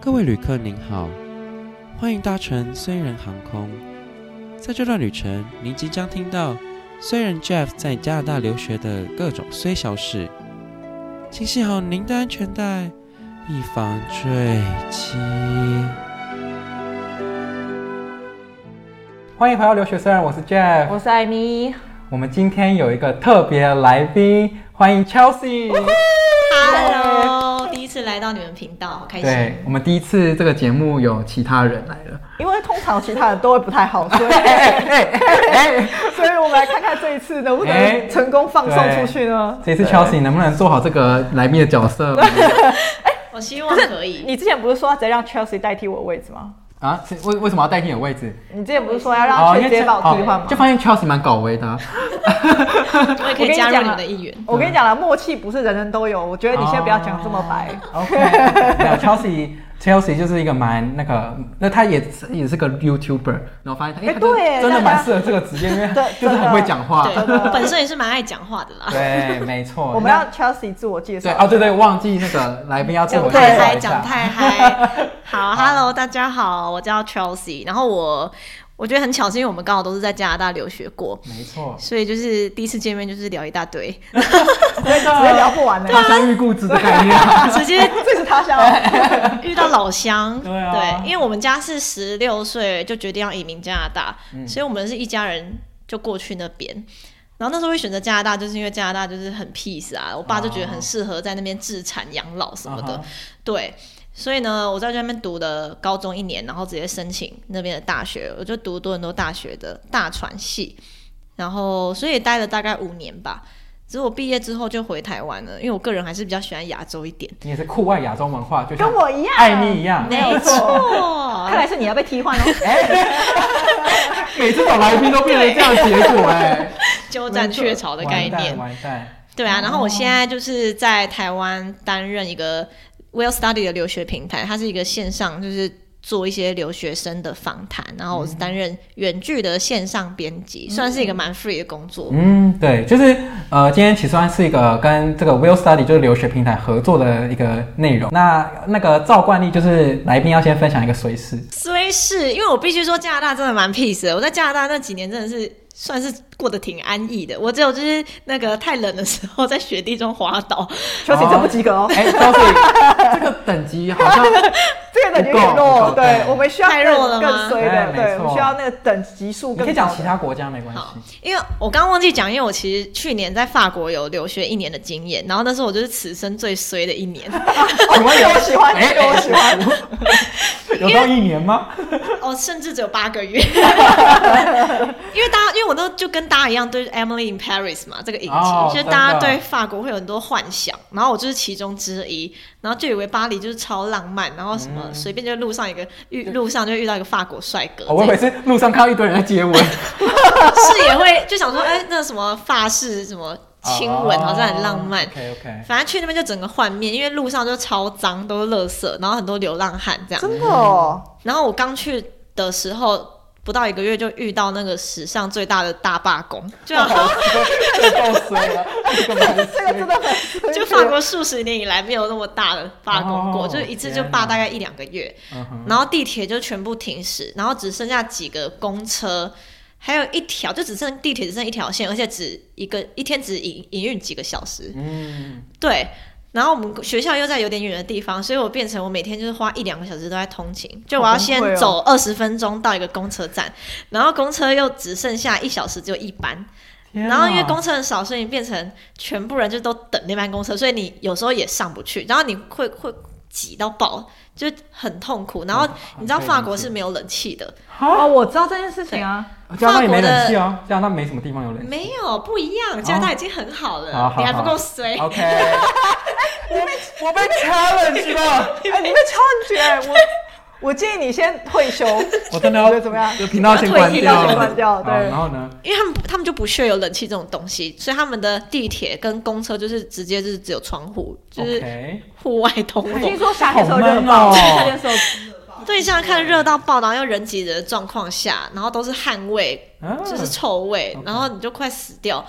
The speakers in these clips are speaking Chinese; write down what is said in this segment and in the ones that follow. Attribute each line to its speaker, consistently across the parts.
Speaker 1: 各位旅客您好，欢迎搭乘虽然航空。在这段旅程，您即将听到虽然 Jeff 在加拿大留学的各种虽小事，请系好您的安全带，以防坠机。
Speaker 2: 欢迎回到留学虽然我是 Jeff，
Speaker 3: 我是艾米。
Speaker 2: 我们今天有一个特别来宾，欢迎 Chelsea。
Speaker 4: Hello，第一哦次来到你们频道，好开
Speaker 2: 对
Speaker 4: 心。
Speaker 2: 我们第一次这个节目有其他人来了，
Speaker 3: 因为通常其他人都会不太好， 所以
Speaker 2: 哎
Speaker 3: 所以我们来看看这一次能不
Speaker 2: 哎
Speaker 3: 能成功放送出去呢？
Speaker 2: 这次 Chelsea 能不能做好这个来宾的角色
Speaker 4: 我希望可以。
Speaker 3: 你之前不是说要直接让 Chelsea 代替我的位置吗？
Speaker 2: 啊？是为为什么要代替你的位置？哦
Speaker 3: 你之前不是说要让学啊姐把我替换吗
Speaker 2: 就？发现 Chelsea 蛮搞威的啊、
Speaker 4: 我也可以加入你们的一员。
Speaker 3: 我跟你讲了，默契不是人人都有，我觉得你先不要讲这么白。
Speaker 2: OK，没有啊 Chelsea Chelsea 就是一个蛮那个，那他也是也是个 YouTuber，然后发现他，哎、他
Speaker 3: 哎
Speaker 2: 真的
Speaker 3: 对
Speaker 2: 真
Speaker 3: 耶
Speaker 2: 的
Speaker 3: 大家
Speaker 2: 蛮适合这个职业，因为
Speaker 3: 对
Speaker 2: 就是很会
Speaker 3: 真的
Speaker 2: 讲话。
Speaker 4: 对，我本身也是蛮爱讲话的啦。
Speaker 2: 对，没错。
Speaker 3: 我们要 Chelsea 自我介
Speaker 2: 哦对
Speaker 3: 绍
Speaker 2: 啊，对对，忘记那个来宾要自我
Speaker 4: 讲
Speaker 2: 介
Speaker 4: 太
Speaker 2: 绍
Speaker 4: 嗨，
Speaker 2: 一
Speaker 4: 讲
Speaker 2: 下。
Speaker 4: 太嗨。好，Hello，大家好，我叫 Chelsea，然后我我觉得很巧，是因为我们刚好都是在加拿大留学过，
Speaker 2: 没错，
Speaker 4: 所以就是第一次见面就是聊一大 堆，
Speaker 2: 真
Speaker 3: 直接聊不完呢、
Speaker 5: 啊
Speaker 2: 他乡遇故知的概念。
Speaker 4: 直接
Speaker 3: 这是他乡
Speaker 2: 哎
Speaker 3: 哦，
Speaker 4: 遇到老乡。
Speaker 2: 对啊
Speaker 4: 因为我们家是十六岁就决定要移民加拿大，
Speaker 2: 嗯
Speaker 4: 所以我们是一家人就过去那边。然后那时候会选择加拿大，就是因为加拿大就是很 peace 啊，我爸就觉得很适合在那边置产养老什么的。
Speaker 2: 啊哈
Speaker 4: 对，所以呢，我在那边读的高中一年，然后直接申请那边的大学，我就读多伦多大学的大传系，然后所以也待了大概五年吧。只是我毕业之后就回台湾了，因为我个人还是比较喜欢亚洲一点。
Speaker 2: 你也是酷爱亚洲文化，就像
Speaker 3: 跟我一样，
Speaker 2: 艾米一样。
Speaker 3: 没有错。
Speaker 4: 错
Speaker 3: 看来是你要被替换哦。
Speaker 2: 每次找来宾都变成这样的结果哎，
Speaker 4: 鸠占鹊巢的概念。
Speaker 2: 完蛋完蛋，
Speaker 4: 对啊，然后我现在就是在台湾担任一个 Well Study 的留学平台，它是一个线上就是。做一些留学生的访谈，然后我是担任远距的线上编辑，算是一个蛮 free 的工作。
Speaker 2: 嗯，对，就是呃，今天其实算是一个跟这个 Will Study 就是留学平台合作的一个内容。那那个照惯例就是来宾要先分享一个随事，
Speaker 4: 虽是因为我必须说加拿大真的蛮 peace 的，我在加拿大那几年真的是算是过得挺安逸的。我只有就是那个太冷的时候在雪地中滑倒，
Speaker 3: Chelsea 这不及格哦，
Speaker 2: 哎，都是这个等级好像
Speaker 3: 这个等级有点
Speaker 2: 不够
Speaker 3: 弱，
Speaker 2: 不够
Speaker 3: 对
Speaker 2: 对
Speaker 3: 我们需要
Speaker 4: 太弱了
Speaker 3: 更
Speaker 4: 吗
Speaker 3: 更衰
Speaker 2: 哎
Speaker 3: 的，
Speaker 2: 没
Speaker 3: 对，我们
Speaker 2: 错
Speaker 3: 需要那个等级数
Speaker 2: 你可
Speaker 3: 更
Speaker 2: 以
Speaker 3: 高
Speaker 2: 讲其
Speaker 3: 的。
Speaker 2: 他国家没关
Speaker 4: 好
Speaker 2: 系。
Speaker 4: 因为我刚忘记讲，因为我其实去年在法国有留学一年的经验，然后那时候我就是此生最衰的一年。
Speaker 2: 请问有
Speaker 3: 我喜 欢
Speaker 2: 哎
Speaker 3: 这个我喜欢
Speaker 2: 哎 有到一年吗？
Speaker 4: 哦，甚至只有八个 月，因为大家，因为我都就跟大家一样对《Emily in Paris》嘛这个影集，
Speaker 2: 哦
Speaker 4: 就是大家
Speaker 2: 真的
Speaker 4: 对法国会有很多幻想，然后我就是其中之一，然后就以为巴黎就是超浪漫，然后什么随便就路上一个遇路上就遇到一个法国帅哥，
Speaker 2: 哦我以为是路上看到一堆人在接吻。
Speaker 4: 是也会就想说，哎，那什么法式什么亲吻，好像很浪漫。
Speaker 2: OK OK，
Speaker 4: 反正去那边就整个幻灭，因为路上就超脏，都是垃圾，然后很多流浪汉这样。
Speaker 3: 真的哦，
Speaker 4: 然后我刚去的时候。不到一个月就遇到那个史上最大的大罢工，就、
Speaker 2: 这够衰了，这个蛮
Speaker 3: 这个 真的很
Speaker 4: 就法国数十年以来没有那么大的罢工过，
Speaker 2: 哦
Speaker 4: 就一次就
Speaker 2: 天哪
Speaker 4: 罢大概一两个月，
Speaker 2: 嗯哼
Speaker 4: 然后地铁就全部停驶，然后只剩下几个公车，还有一条就只剩地铁只剩一条线，而且只一个一天只营营运几个小时，
Speaker 2: 嗯，
Speaker 4: 对，然后我们学校又在有点远的地方，所以我变成我每天就是花一两个小时都在通勤，就我要先
Speaker 3: 好崩溃哦
Speaker 4: 走二十分钟到一个公车站，然后公车又只剩下一小时只有一班，
Speaker 2: 天啊
Speaker 4: 然后因为
Speaker 2: 哪
Speaker 4: 公车很少，所以你变成全部人就都等那班公车，所以你有时候也上不去，然后你会会挤到爆，就很痛苦。然后你知道法国是没有冷气的，
Speaker 3: 哦，我知道这件事情啊，
Speaker 2: 加拿大也没冷气哦，加拿大没什么地方有 冷气。
Speaker 4: 没有不一样，加拿大已经很好了，
Speaker 2: 好好
Speaker 4: 你还不
Speaker 2: 好
Speaker 4: 够衰。
Speaker 2: OK，我我被 challenge 了，
Speaker 3: 哎，你被猖獗，我我建议你先退休，
Speaker 2: 我真的
Speaker 3: 你觉
Speaker 2: 要
Speaker 3: 得怎么样？
Speaker 2: 这频道先关
Speaker 4: 我
Speaker 2: 掉
Speaker 4: 要
Speaker 2: 了，
Speaker 4: 退役了
Speaker 3: 关掉对
Speaker 2: 好然后呢？
Speaker 4: 因为他们他们就不屑有冷气这种东西，所以他们的地铁跟公车就是直接就是只有窗户，就是
Speaker 2: 是
Speaker 4: 户外通
Speaker 3: 我听
Speaker 4: 风。
Speaker 3: 说夏天时候热
Speaker 2: 好闷
Speaker 3: 爆，
Speaker 2: 哦
Speaker 3: 夏天时候
Speaker 4: 对，像看热到爆，然后又人挤人的状况下，然后都是汗味，
Speaker 2: 啊
Speaker 4: 就是臭味
Speaker 2: OK，
Speaker 4: 然后你就快死掉。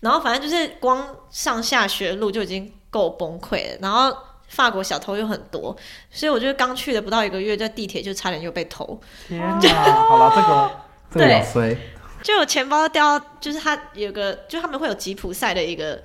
Speaker 4: 然后反正就是光上下学路就已经够崩溃了，然后法国小偷又很多，所以我就刚去了不到一个月，在地铁就差点就被偷，
Speaker 2: 天哪！好了，这个这个
Speaker 4: 对
Speaker 2: 有衰，
Speaker 4: 就我钱包掉到，就是他有个，就他们会有吉普赛的一个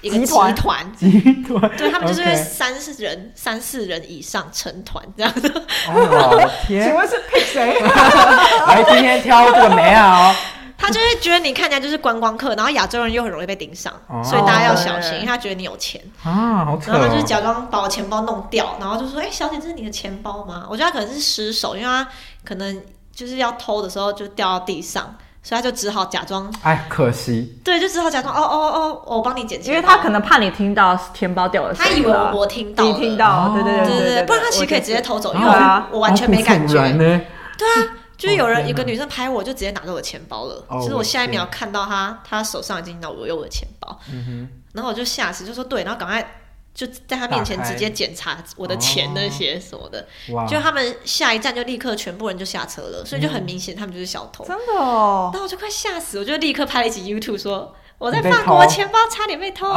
Speaker 4: 一个
Speaker 3: 集
Speaker 4: 集
Speaker 3: 团
Speaker 4: 团，
Speaker 2: 极端。
Speaker 4: 对他们就是会
Speaker 2: OK
Speaker 4: 三四人、三四人以上成团这样子。
Speaker 2: 哦，我
Speaker 3: 请
Speaker 2: 天！
Speaker 3: 问是配 谁？
Speaker 2: 来，今天挑这个没啊、哦？
Speaker 4: 他就会觉得你看起来就是观光客，然后亚洲人又很容易被盯上，
Speaker 2: 哦
Speaker 4: 所以大家要小心，因
Speaker 3: 对
Speaker 4: 为他觉得你有钱，
Speaker 2: 啊，好扯、
Speaker 4: 然后他就是
Speaker 2: 哦！
Speaker 4: 假装把我钱包弄掉，然后就说：“哎、小姐，这是你的钱包吗？”我觉得他可能是失手，因为他可能就是要偷的时候就掉到地上，所以他就只好假装，
Speaker 2: 哎，可惜
Speaker 4: 对，就只好假装哦哦哦，我帮你捡起
Speaker 3: 因
Speaker 4: 来，
Speaker 3: 为他可能怕你听到钱包掉了声
Speaker 4: 他以
Speaker 3: 音
Speaker 4: 为
Speaker 3: 了，
Speaker 4: 我听到了，
Speaker 3: 你听到，对对
Speaker 2: 哦
Speaker 4: 对
Speaker 3: 对
Speaker 4: 对对，
Speaker 3: 对，
Speaker 4: 不然他其实可以直接
Speaker 3: 我
Speaker 4: 偷走，
Speaker 3: 对
Speaker 4: 因为我
Speaker 3: 啊
Speaker 4: 我完全没感
Speaker 2: 好不自然
Speaker 4: 觉。
Speaker 2: 呢。
Speaker 4: 对啊，就是有
Speaker 2: 哦
Speaker 4: 人
Speaker 2: 天
Speaker 4: 有个
Speaker 2: 哪
Speaker 4: 女生拍我，就直接拿着我钱包了
Speaker 2: 哦，
Speaker 4: 就是我下一秒
Speaker 2: 我
Speaker 4: 看到她，她手上已经拿我有我的钱包，
Speaker 2: 嗯
Speaker 4: 然后我就吓死，就说对，然后赶快。就在她面前
Speaker 2: 打开
Speaker 4: 直接检查我的钱那些什么的，
Speaker 2: 哼，哇，
Speaker 4: 就他们下一站就立刻全部人就下车了，所以
Speaker 2: 嗯
Speaker 4: 就很明显他们就是小偷。
Speaker 3: 真的哦，
Speaker 4: 然后我就快吓死，我就立刻拍了一集 YouTube 说我在
Speaker 2: 你被
Speaker 4: 法
Speaker 2: 偷
Speaker 4: 国
Speaker 2: 啊
Speaker 4: 钱包差点被 偷，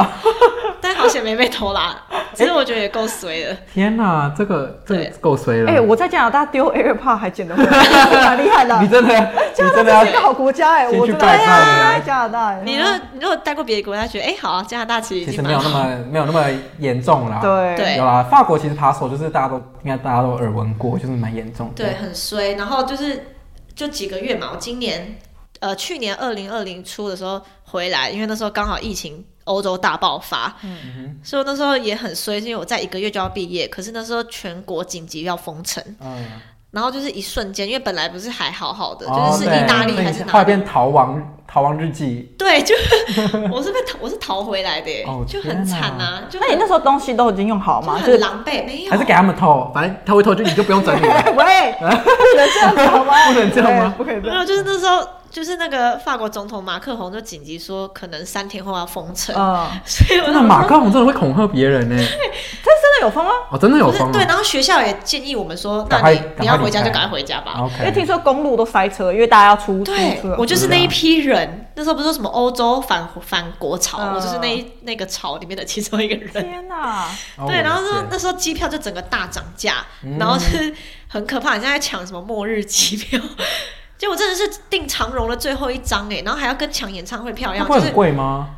Speaker 4: 但好险没被偷啦。其实我觉得也够 衰了。
Speaker 2: 天哪，这个这
Speaker 4: 对
Speaker 2: 个够衰了。
Speaker 3: 哎，我在加拿大丢 AirPod 还捡得回来，蛮厉害的。
Speaker 2: 你真的，
Speaker 3: 加
Speaker 2: 你
Speaker 3: 拿
Speaker 2: 真的
Speaker 3: 大
Speaker 2: 要
Speaker 3: 是一个好国家哎，
Speaker 2: 先去
Speaker 3: 我真的
Speaker 2: 拜
Speaker 3: 很
Speaker 2: 访
Speaker 3: 爱
Speaker 2: 哎
Speaker 3: 加拿大哎。
Speaker 4: 你如果你如果待过别的国家，觉得哎、好啊，加拿大其实已
Speaker 2: 其实
Speaker 4: 经
Speaker 2: 没
Speaker 4: 蛮
Speaker 2: 有那
Speaker 4: 好。
Speaker 2: 么没有那么严重啦。
Speaker 3: 对
Speaker 4: 对
Speaker 2: 有啦，法国其实扒手就是大家都应该大家都耳闻过，就是蛮严重的。
Speaker 4: 对，很衰。然后就是就几个月嘛，我今年呃去年二零二零初的时候回来，因为那时候刚好疫情欧洲大爆发，嗯，所以我那时候也很衰，是因为我在一个月就要毕业，可是那时候全国紧急要封城，
Speaker 2: 嗯，
Speaker 4: 然后就是一瞬间，因为本来不是还好好的，
Speaker 2: 哦
Speaker 4: 就是是意大利
Speaker 2: 对
Speaker 4: 还是
Speaker 2: 后
Speaker 4: 哪
Speaker 2: 来
Speaker 4: 里？
Speaker 2: 变逃亡逃亡日记，
Speaker 4: 对，就是 我是被逃，我是逃回来的耶，
Speaker 2: 哦
Speaker 4: 就
Speaker 2: 天
Speaker 4: 很惨啊，就
Speaker 3: 那你那时候东西都已经用好吗？
Speaker 4: 就很狼狈，没有，
Speaker 2: 还是给他们偷，反正偷一偷就你就不用整理 了。
Speaker 3: 喂，不能这样子好
Speaker 4: 啊
Speaker 3: 吗？
Speaker 2: 不能 这样吗
Speaker 3: 对不可以
Speaker 4: 没
Speaker 3: 这样。
Speaker 4: 有，就是那时候，就是那个法国总统马克宏就紧急说，可能三天后要封城，
Speaker 5: 哦
Speaker 3: 嗯，
Speaker 4: 所以我
Speaker 2: 真的，
Speaker 4: 就
Speaker 2: 马克龙真的会恐吓别人呢。
Speaker 3: 这真的有风吗？
Speaker 2: 哦，真的有
Speaker 4: 不是
Speaker 2: 疯
Speaker 4: 对，
Speaker 2: 啊。
Speaker 4: 然后学校也建议我们说，
Speaker 2: 赶
Speaker 4: 那
Speaker 2: 快
Speaker 4: 你你要回家就
Speaker 2: 赶快离开哦
Speaker 4: 赶快回家吧。
Speaker 3: 因为
Speaker 2: OK，
Speaker 3: 听说公路都塞车，因为大家要出出
Speaker 4: 对
Speaker 3: 车，。
Speaker 4: 我就是那一批人。那时候不是说什么欧洲反反国潮，
Speaker 3: 嗯
Speaker 4: 我就是那一那个潮里面的其中一个人。
Speaker 3: 天哪！
Speaker 2: 哦
Speaker 4: 对，然后那
Speaker 2: 我嗯
Speaker 4: 那时候机票就整个大涨价，然后是很可怕，你现在抢什么末日机票？ 就我真的是订长荣的最后一张哎、然后还要跟抢演唱会票
Speaker 2: 那
Speaker 4: 一样，
Speaker 2: 会
Speaker 4: 就
Speaker 2: 很
Speaker 4: 是
Speaker 2: 贵吗？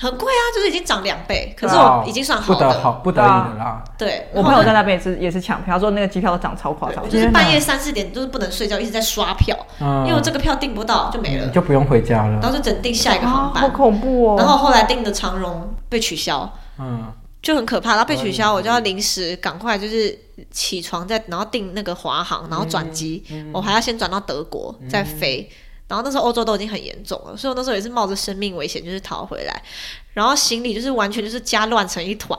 Speaker 4: 很贵啊，就是已经涨两倍，可是
Speaker 2: 哇
Speaker 4: 我已经算好啊
Speaker 2: 不得
Speaker 4: 的。
Speaker 2: 好不得已的啦。
Speaker 4: 对，
Speaker 3: 我
Speaker 4: 然后
Speaker 3: 朋友
Speaker 4: 就
Speaker 3: 在那边也是也是抢票，他说那个机票都涨超夸张
Speaker 4: 我
Speaker 3: 的。
Speaker 4: 就是
Speaker 2: 天
Speaker 4: 半
Speaker 2: 哪
Speaker 4: 夜三四点就是不能睡觉，一直在刷票，
Speaker 2: 嗯，
Speaker 4: 因为我这个票订不到就没
Speaker 2: 你
Speaker 4: 了，
Speaker 2: 就不用回家
Speaker 4: 然
Speaker 2: 了。
Speaker 4: 后就只能订下一个
Speaker 3: 啊
Speaker 4: 航，
Speaker 3: 好
Speaker 4: 班。
Speaker 3: 恐怖
Speaker 4: 然
Speaker 3: 哦！
Speaker 4: 后后来订的长荣被取消，
Speaker 2: 嗯，
Speaker 4: 就很可怕。然后被取消，我就要临时赶快就是起床再，然后订那个华航，然后转机，
Speaker 2: 嗯
Speaker 4: 我还要先转到德国再飞。然后那时候欧洲都已经很严重了，所以我那时候也是冒着生命危险就是逃回来，然后行李就是完全就是家乱成一团，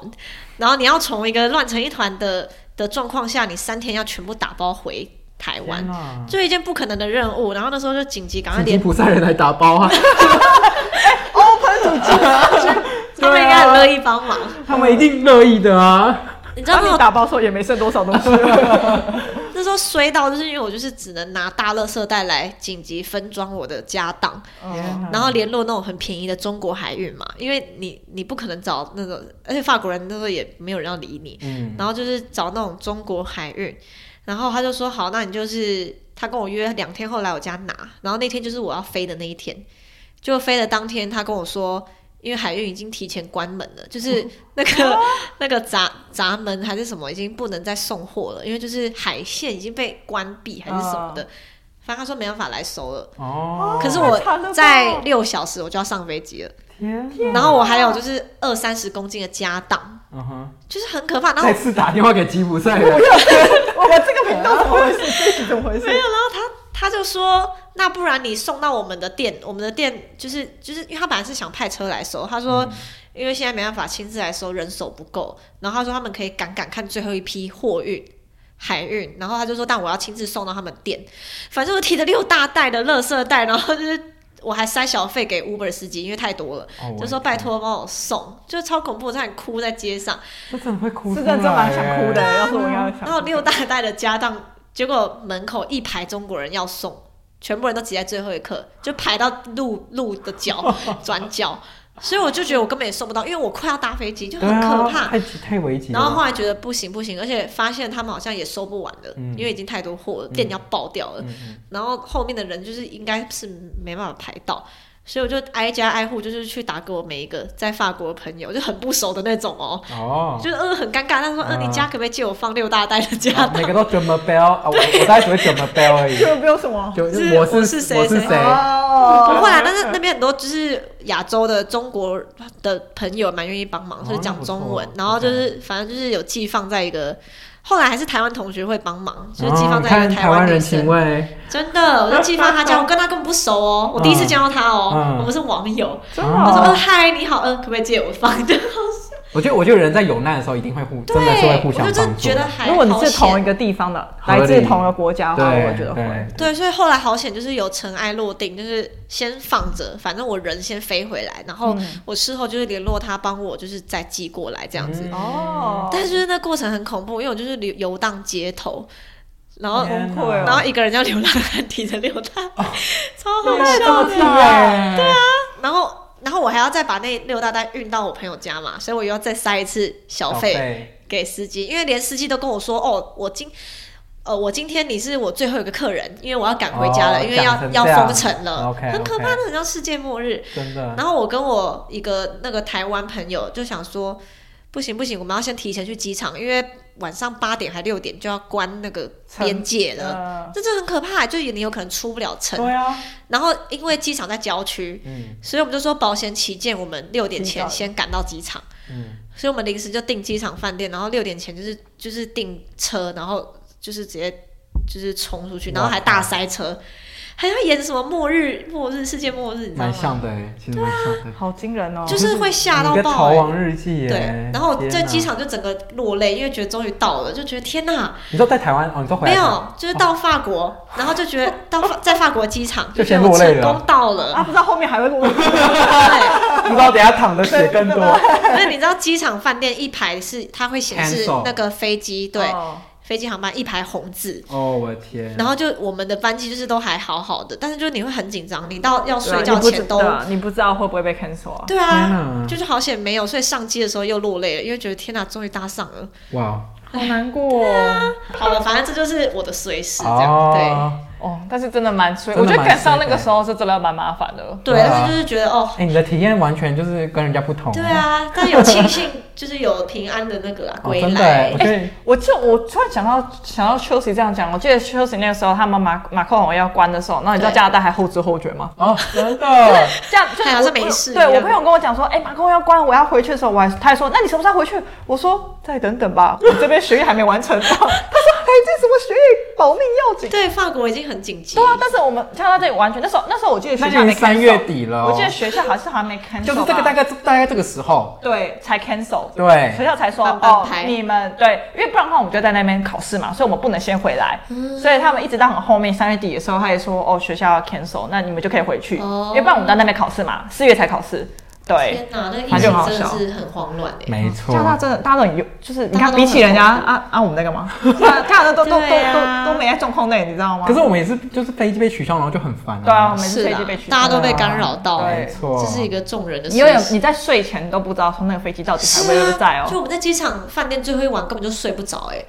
Speaker 4: 然后你要从一个乱成一团的的状况下，你三天要全部打包回台湾
Speaker 2: 天，哪
Speaker 4: 就一件不可能的任务。然后那时候就紧急 赶快
Speaker 2: 请吉
Speaker 4: 连
Speaker 2: 普赛人来打包 啊！
Speaker 4: 他们应该很乐意帮忙，
Speaker 2: 他们一定乐意的啊！
Speaker 4: 你知道
Speaker 3: 当
Speaker 4: 吗
Speaker 3: 你？打包的时候也没剩多少东 西，嗯
Speaker 4: 那时候衰到，就是因为我就是只能拿大垃圾袋来紧急分装我的家当，
Speaker 3: 嗯
Speaker 4: 然后联络那种很便宜的中国海运嘛，因为你你不可能找那个，而且法国人那时候也没有人要理你，
Speaker 2: 嗯，
Speaker 4: 然后就是找那种中国海运，然后他就说好，那你就是他跟我约两天后来我家拿，然后那天就是我要飞的那一天，就飞的当天他跟我说。因为海运已经提前关门了，就是那个、 那个闸闸门还是什么，已经不能再送货了，因为就是海线已经被关闭还是什么的，反正他说没办法来收了。
Speaker 2: 哦，
Speaker 4: 可是
Speaker 3: 太惨了
Speaker 4: 我
Speaker 3: 吧
Speaker 4: 在六小时我就要上飞机了，
Speaker 2: 天，
Speaker 5: 嗯
Speaker 4: 然后我还有就是二三十公斤的家当，
Speaker 2: 嗯哼，
Speaker 4: 就是很可怕。然后
Speaker 2: 再次打电话给吉普赛人，
Speaker 3: 我们这个频道怎么 回事？这一集怎么回事？
Speaker 4: 没有，然后他他就说，那不然你送到我们的店，我们的店就是就是因为他本来是想派车来收，他说、
Speaker 2: 嗯
Speaker 4: 因为现在没办法亲自来收，人手不够，然后他说他们可以赶赶看最后一批货运。海运，然后他就说，但我要亲自送到他们店。反正我提了六大袋的垃圾袋，然后就是我还塞小费给 Uber 司机，因为太多了，
Speaker 2: 哦
Speaker 4: 就说拜，托帮我送，就超恐怖，我差点哭在街上。
Speaker 2: 我这真的会哭
Speaker 3: 是
Speaker 2: 出
Speaker 3: 真
Speaker 2: 来耶，
Speaker 3: 的真蛮想哭
Speaker 4: 啊
Speaker 3: 的。要是我应该会想
Speaker 4: 然后六大袋的家当，结果门口一排中国人 要送，全部人都挤在最后一刻，就排到路路的角转角，所以我就觉得我根本也受不到，因为我快要搭飞机，就
Speaker 2: 对
Speaker 4: 很可怕。
Speaker 2: 啊，太太危急了。
Speaker 4: 然后后来觉得不行不行，而且发现他们好像也收不完了，
Speaker 2: 嗯
Speaker 4: 因为已经太多货了，店要爆掉了。
Speaker 2: 嗯嗯
Speaker 4: 然后后面的人就是应该是没办法排到，所以我就挨家挨户就是去打给我每一个在法国的朋友，就很不熟的那种哦，
Speaker 2: 哦，
Speaker 4: 就是嗯很尴尬。他说嗯、
Speaker 2: 啊
Speaker 4: 你家可不可以借我放六大袋的家
Speaker 2: 哦每个都怎么 bell 啊？我我大概只会怎么 bell 而已。
Speaker 3: 就没有什么
Speaker 2: 就是我
Speaker 4: 我是
Speaker 2: 是
Speaker 4: 谁
Speaker 2: 我是
Speaker 4: 谁
Speaker 2: 谁？
Speaker 3: 哦
Speaker 4: 不会啦，但是那边很多就是亚洲的中国的朋友蛮愿意帮忙，
Speaker 2: 哦
Speaker 4: 所以讲中文
Speaker 2: 那不错，
Speaker 4: 然后就是反正就是有寄放在一个，后来还是台湾同学会帮忙，就是寄
Speaker 2: 哦
Speaker 4: 放
Speaker 2: 你
Speaker 4: 在一
Speaker 2: 看
Speaker 4: 个
Speaker 2: 台
Speaker 4: 湾
Speaker 2: 湾
Speaker 4: 女
Speaker 2: 人
Speaker 4: 生
Speaker 2: 情，味，
Speaker 4: 真的，我就寄放他家，我跟他根本不熟 哦，我第一次见到他哦
Speaker 2: 嗯，
Speaker 4: 我们是网友，
Speaker 3: 真的
Speaker 2: 哦
Speaker 4: 他说
Speaker 3: 哦
Speaker 4: 呃嗨你好，嗯可不可以借我放？对，
Speaker 2: 我觉得我觉得人在有难的时候一定会互，真的是会
Speaker 4: 对，
Speaker 2: 互
Speaker 4: 我
Speaker 2: 相帮助
Speaker 4: 就真
Speaker 2: 的。
Speaker 4: 的觉得还
Speaker 3: 如果你
Speaker 4: 好
Speaker 3: 是同
Speaker 4: 险
Speaker 3: 一个地方的，
Speaker 2: 合理
Speaker 3: 来自同一个国家的话，
Speaker 4: 啊
Speaker 3: 我觉得
Speaker 2: 对
Speaker 3: 会。
Speaker 4: 对，所以后来好险，就是有尘埃落定，就是先放着，反正我人先飞回来，然后
Speaker 3: 嗯
Speaker 4: 我事后就是联络他帮我，就是再寄过来这样子。
Speaker 2: 嗯
Speaker 3: 哦，
Speaker 4: 但是就是那过程很恐怖，因为我就是流游荡街头，然后、
Speaker 2: 天哪哦
Speaker 3: 崩溃哦
Speaker 4: 然后一个人叫流浪汉提着六大袋，超好
Speaker 3: 那
Speaker 4: 笑
Speaker 3: 怎
Speaker 4: 的。
Speaker 3: 么办
Speaker 2: 对啊，
Speaker 4: 然后然后我还要再把那六大袋运到我朋友家嘛，所以我又要再塞一次小费。给司机，因为连司机都跟我说，哦，我今。呃，我今天你是我最后一个客人，因为我要赶回家了，
Speaker 2: 哦
Speaker 4: 因为要
Speaker 2: 讲成
Speaker 4: 要
Speaker 2: 这样
Speaker 4: 封城了
Speaker 2: OK，
Speaker 4: 很可怕，
Speaker 2: OK
Speaker 4: 那很像世界末日。
Speaker 2: 真的。
Speaker 4: 然后我跟我一个那个台湾朋友就想说，不行不行，我们要先提前去机场，因为晚上八点还六点就要关那个边界了，
Speaker 3: 呃
Speaker 4: 这真的很可怕，欸就是你有可能出不了城。
Speaker 2: 啊对啊，
Speaker 4: 然后因为机场在郊区，
Speaker 2: 嗯
Speaker 4: 所以我们就说保险起见，我们六点
Speaker 3: 提早
Speaker 4: 前先赶到机场。
Speaker 2: 嗯，
Speaker 4: 所以我们临时就订机场饭店，然后六点前就是就是订车，然后就是直接就是冲出去，然后还大塞车， 还要演什么末日末日世界末日，你知道
Speaker 2: 蛮
Speaker 4: 吗？
Speaker 2: 像的欸，其实蛮像的。
Speaker 3: 好惊人哦！
Speaker 4: 就是会吓到
Speaker 2: 一个逃
Speaker 4: 爆、欸。
Speaker 2: 亡日记耶。
Speaker 4: 对，然后
Speaker 2: 天
Speaker 4: 在
Speaker 2: 哪
Speaker 4: 机，场就整个落泪，因为觉得终于到了，就觉得天哪，
Speaker 2: 你说在台湾哦，你说回来
Speaker 4: 没
Speaker 2: 台湾
Speaker 4: 有，就是到法国，然后就觉得到法在法国机场
Speaker 2: 哦就
Speaker 4: 觉
Speaker 2: 先
Speaker 4: 得我
Speaker 2: 落泪
Speaker 4: 成
Speaker 2: 了
Speaker 4: 功到了，
Speaker 3: 啊，不知道后面还会录。
Speaker 2: 不
Speaker 4: 对，
Speaker 2: 知道等一下躺的血更 多。
Speaker 4: 那你知道机场饭店一排是它会显示
Speaker 2: Cancel
Speaker 4: 那个飞机 对
Speaker 3: 哦
Speaker 4: 飞机航班一排红字，
Speaker 2: 哦，我的天。
Speaker 4: 然后就我们的班机就是都还好好的，但是就你会很紧张，你到要
Speaker 3: 对啊
Speaker 4: 睡觉
Speaker 3: 你不
Speaker 4: 前
Speaker 3: 知
Speaker 4: 都
Speaker 3: 对啊你不知道会不会被 cancel 啊？
Speaker 4: 对
Speaker 2: 天
Speaker 4: 啊，
Speaker 2: 哪，
Speaker 4: 就是好险没有，所以上机的时候又落泪了，因为觉得天哪，终于搭上了。
Speaker 2: 哇
Speaker 3: 好难过哦。
Speaker 4: 好了，反正这就是我的随事这样，
Speaker 2: 哦。
Speaker 5: 哦，但是真的蛮衰，
Speaker 2: 真
Speaker 5: 我
Speaker 2: 的
Speaker 5: 觉得
Speaker 2: 蛮
Speaker 5: 赶上
Speaker 2: 衰
Speaker 5: 那
Speaker 2: 的
Speaker 5: 个时候是真的蛮麻烦的。
Speaker 4: 对
Speaker 2: 对
Speaker 4: 对，
Speaker 2: 啊
Speaker 4: 但是就是觉得哦，
Speaker 2: 哎、你的体验完全就是跟人家不同。
Speaker 4: 对，啊，但有庆幸就是有平安的那个啦，
Speaker 2: 哦、
Speaker 4: 归
Speaker 2: 真的欸，
Speaker 4: 来
Speaker 2: 我。觉得
Speaker 5: 我就我突然想到想到 Chelsea 这样讲，我记得 Chelsea 那个时候他们马马克龙要关的时候，那你知道
Speaker 4: 对
Speaker 5: 加拿大还后知后觉吗？
Speaker 2: 哦，真的，
Speaker 5: 这样就是
Speaker 4: 他好
Speaker 5: 我
Speaker 4: 像没事
Speaker 5: 对
Speaker 4: 一样
Speaker 5: 我朋友跟我讲说，哎、马克龙要关，我要回去的时候，我还他还说，那你什么时候回去？我说再等等吧， 我这边学业还没完成。他说还这什么学业，保命要紧。
Speaker 4: 对，法国已经很紧急
Speaker 5: 对。啊，但是我们加拿大这里完全那时候那时候我记得
Speaker 2: 那
Speaker 5: 学
Speaker 2: 已
Speaker 5: 校还没
Speaker 2: 经
Speaker 5: cancel，
Speaker 2: 三月底了、哦
Speaker 5: 我记得学校好像还没 cancel，
Speaker 2: 就是这个大
Speaker 5: 吧
Speaker 2: 概大概这个时候，
Speaker 5: 对，才 cancel，
Speaker 4: 哎
Speaker 2: 对
Speaker 5: 学校才说
Speaker 4: 慢慢
Speaker 5: 哦
Speaker 4: 排，
Speaker 5: 你们对，因为不然的话我们就在那边考试嘛，所以我们不能先回来，
Speaker 4: 嗯
Speaker 5: 所以他们一直到很后面三月底的时候，他也说哦学校要 cancel，那你们就可以回去，
Speaker 4: 哦
Speaker 5: 因为不然我们在那边考试嘛，四月才考试，对
Speaker 4: 天。哪，那个疫
Speaker 5: 反正很
Speaker 4: 情
Speaker 5: 好
Speaker 4: 真的
Speaker 5: 笑
Speaker 4: 是很慌乱哎。
Speaker 2: 没错
Speaker 5: 加拿大真的，大家都很有，就是你
Speaker 4: 大家
Speaker 5: 看，
Speaker 4: 都
Speaker 5: 比起人家
Speaker 4: 很恐怖
Speaker 5: 啊啊，我们在干嘛？加加拿大都都都
Speaker 4: 对啊
Speaker 5: 都都没在状况内，你知道吗？
Speaker 2: 可是我们也是就是飞机被取消，然后就很烦、啊。
Speaker 5: 对啊，我们
Speaker 4: 是
Speaker 5: 飞
Speaker 4: 啦
Speaker 5: 机被取消
Speaker 4: 大
Speaker 5: 了，
Speaker 4: 家都被干扰到，欸
Speaker 5: 对
Speaker 2: 没错，
Speaker 4: 这是一个众人的
Speaker 5: 你永远
Speaker 4: 随事
Speaker 5: 你在睡前都不知道说那个飞机到底还
Speaker 4: 是
Speaker 5: 会不会在
Speaker 4: 啊，
Speaker 5: 哦
Speaker 4: 就。我们在机场饭店最后一晚根本就睡不着哎、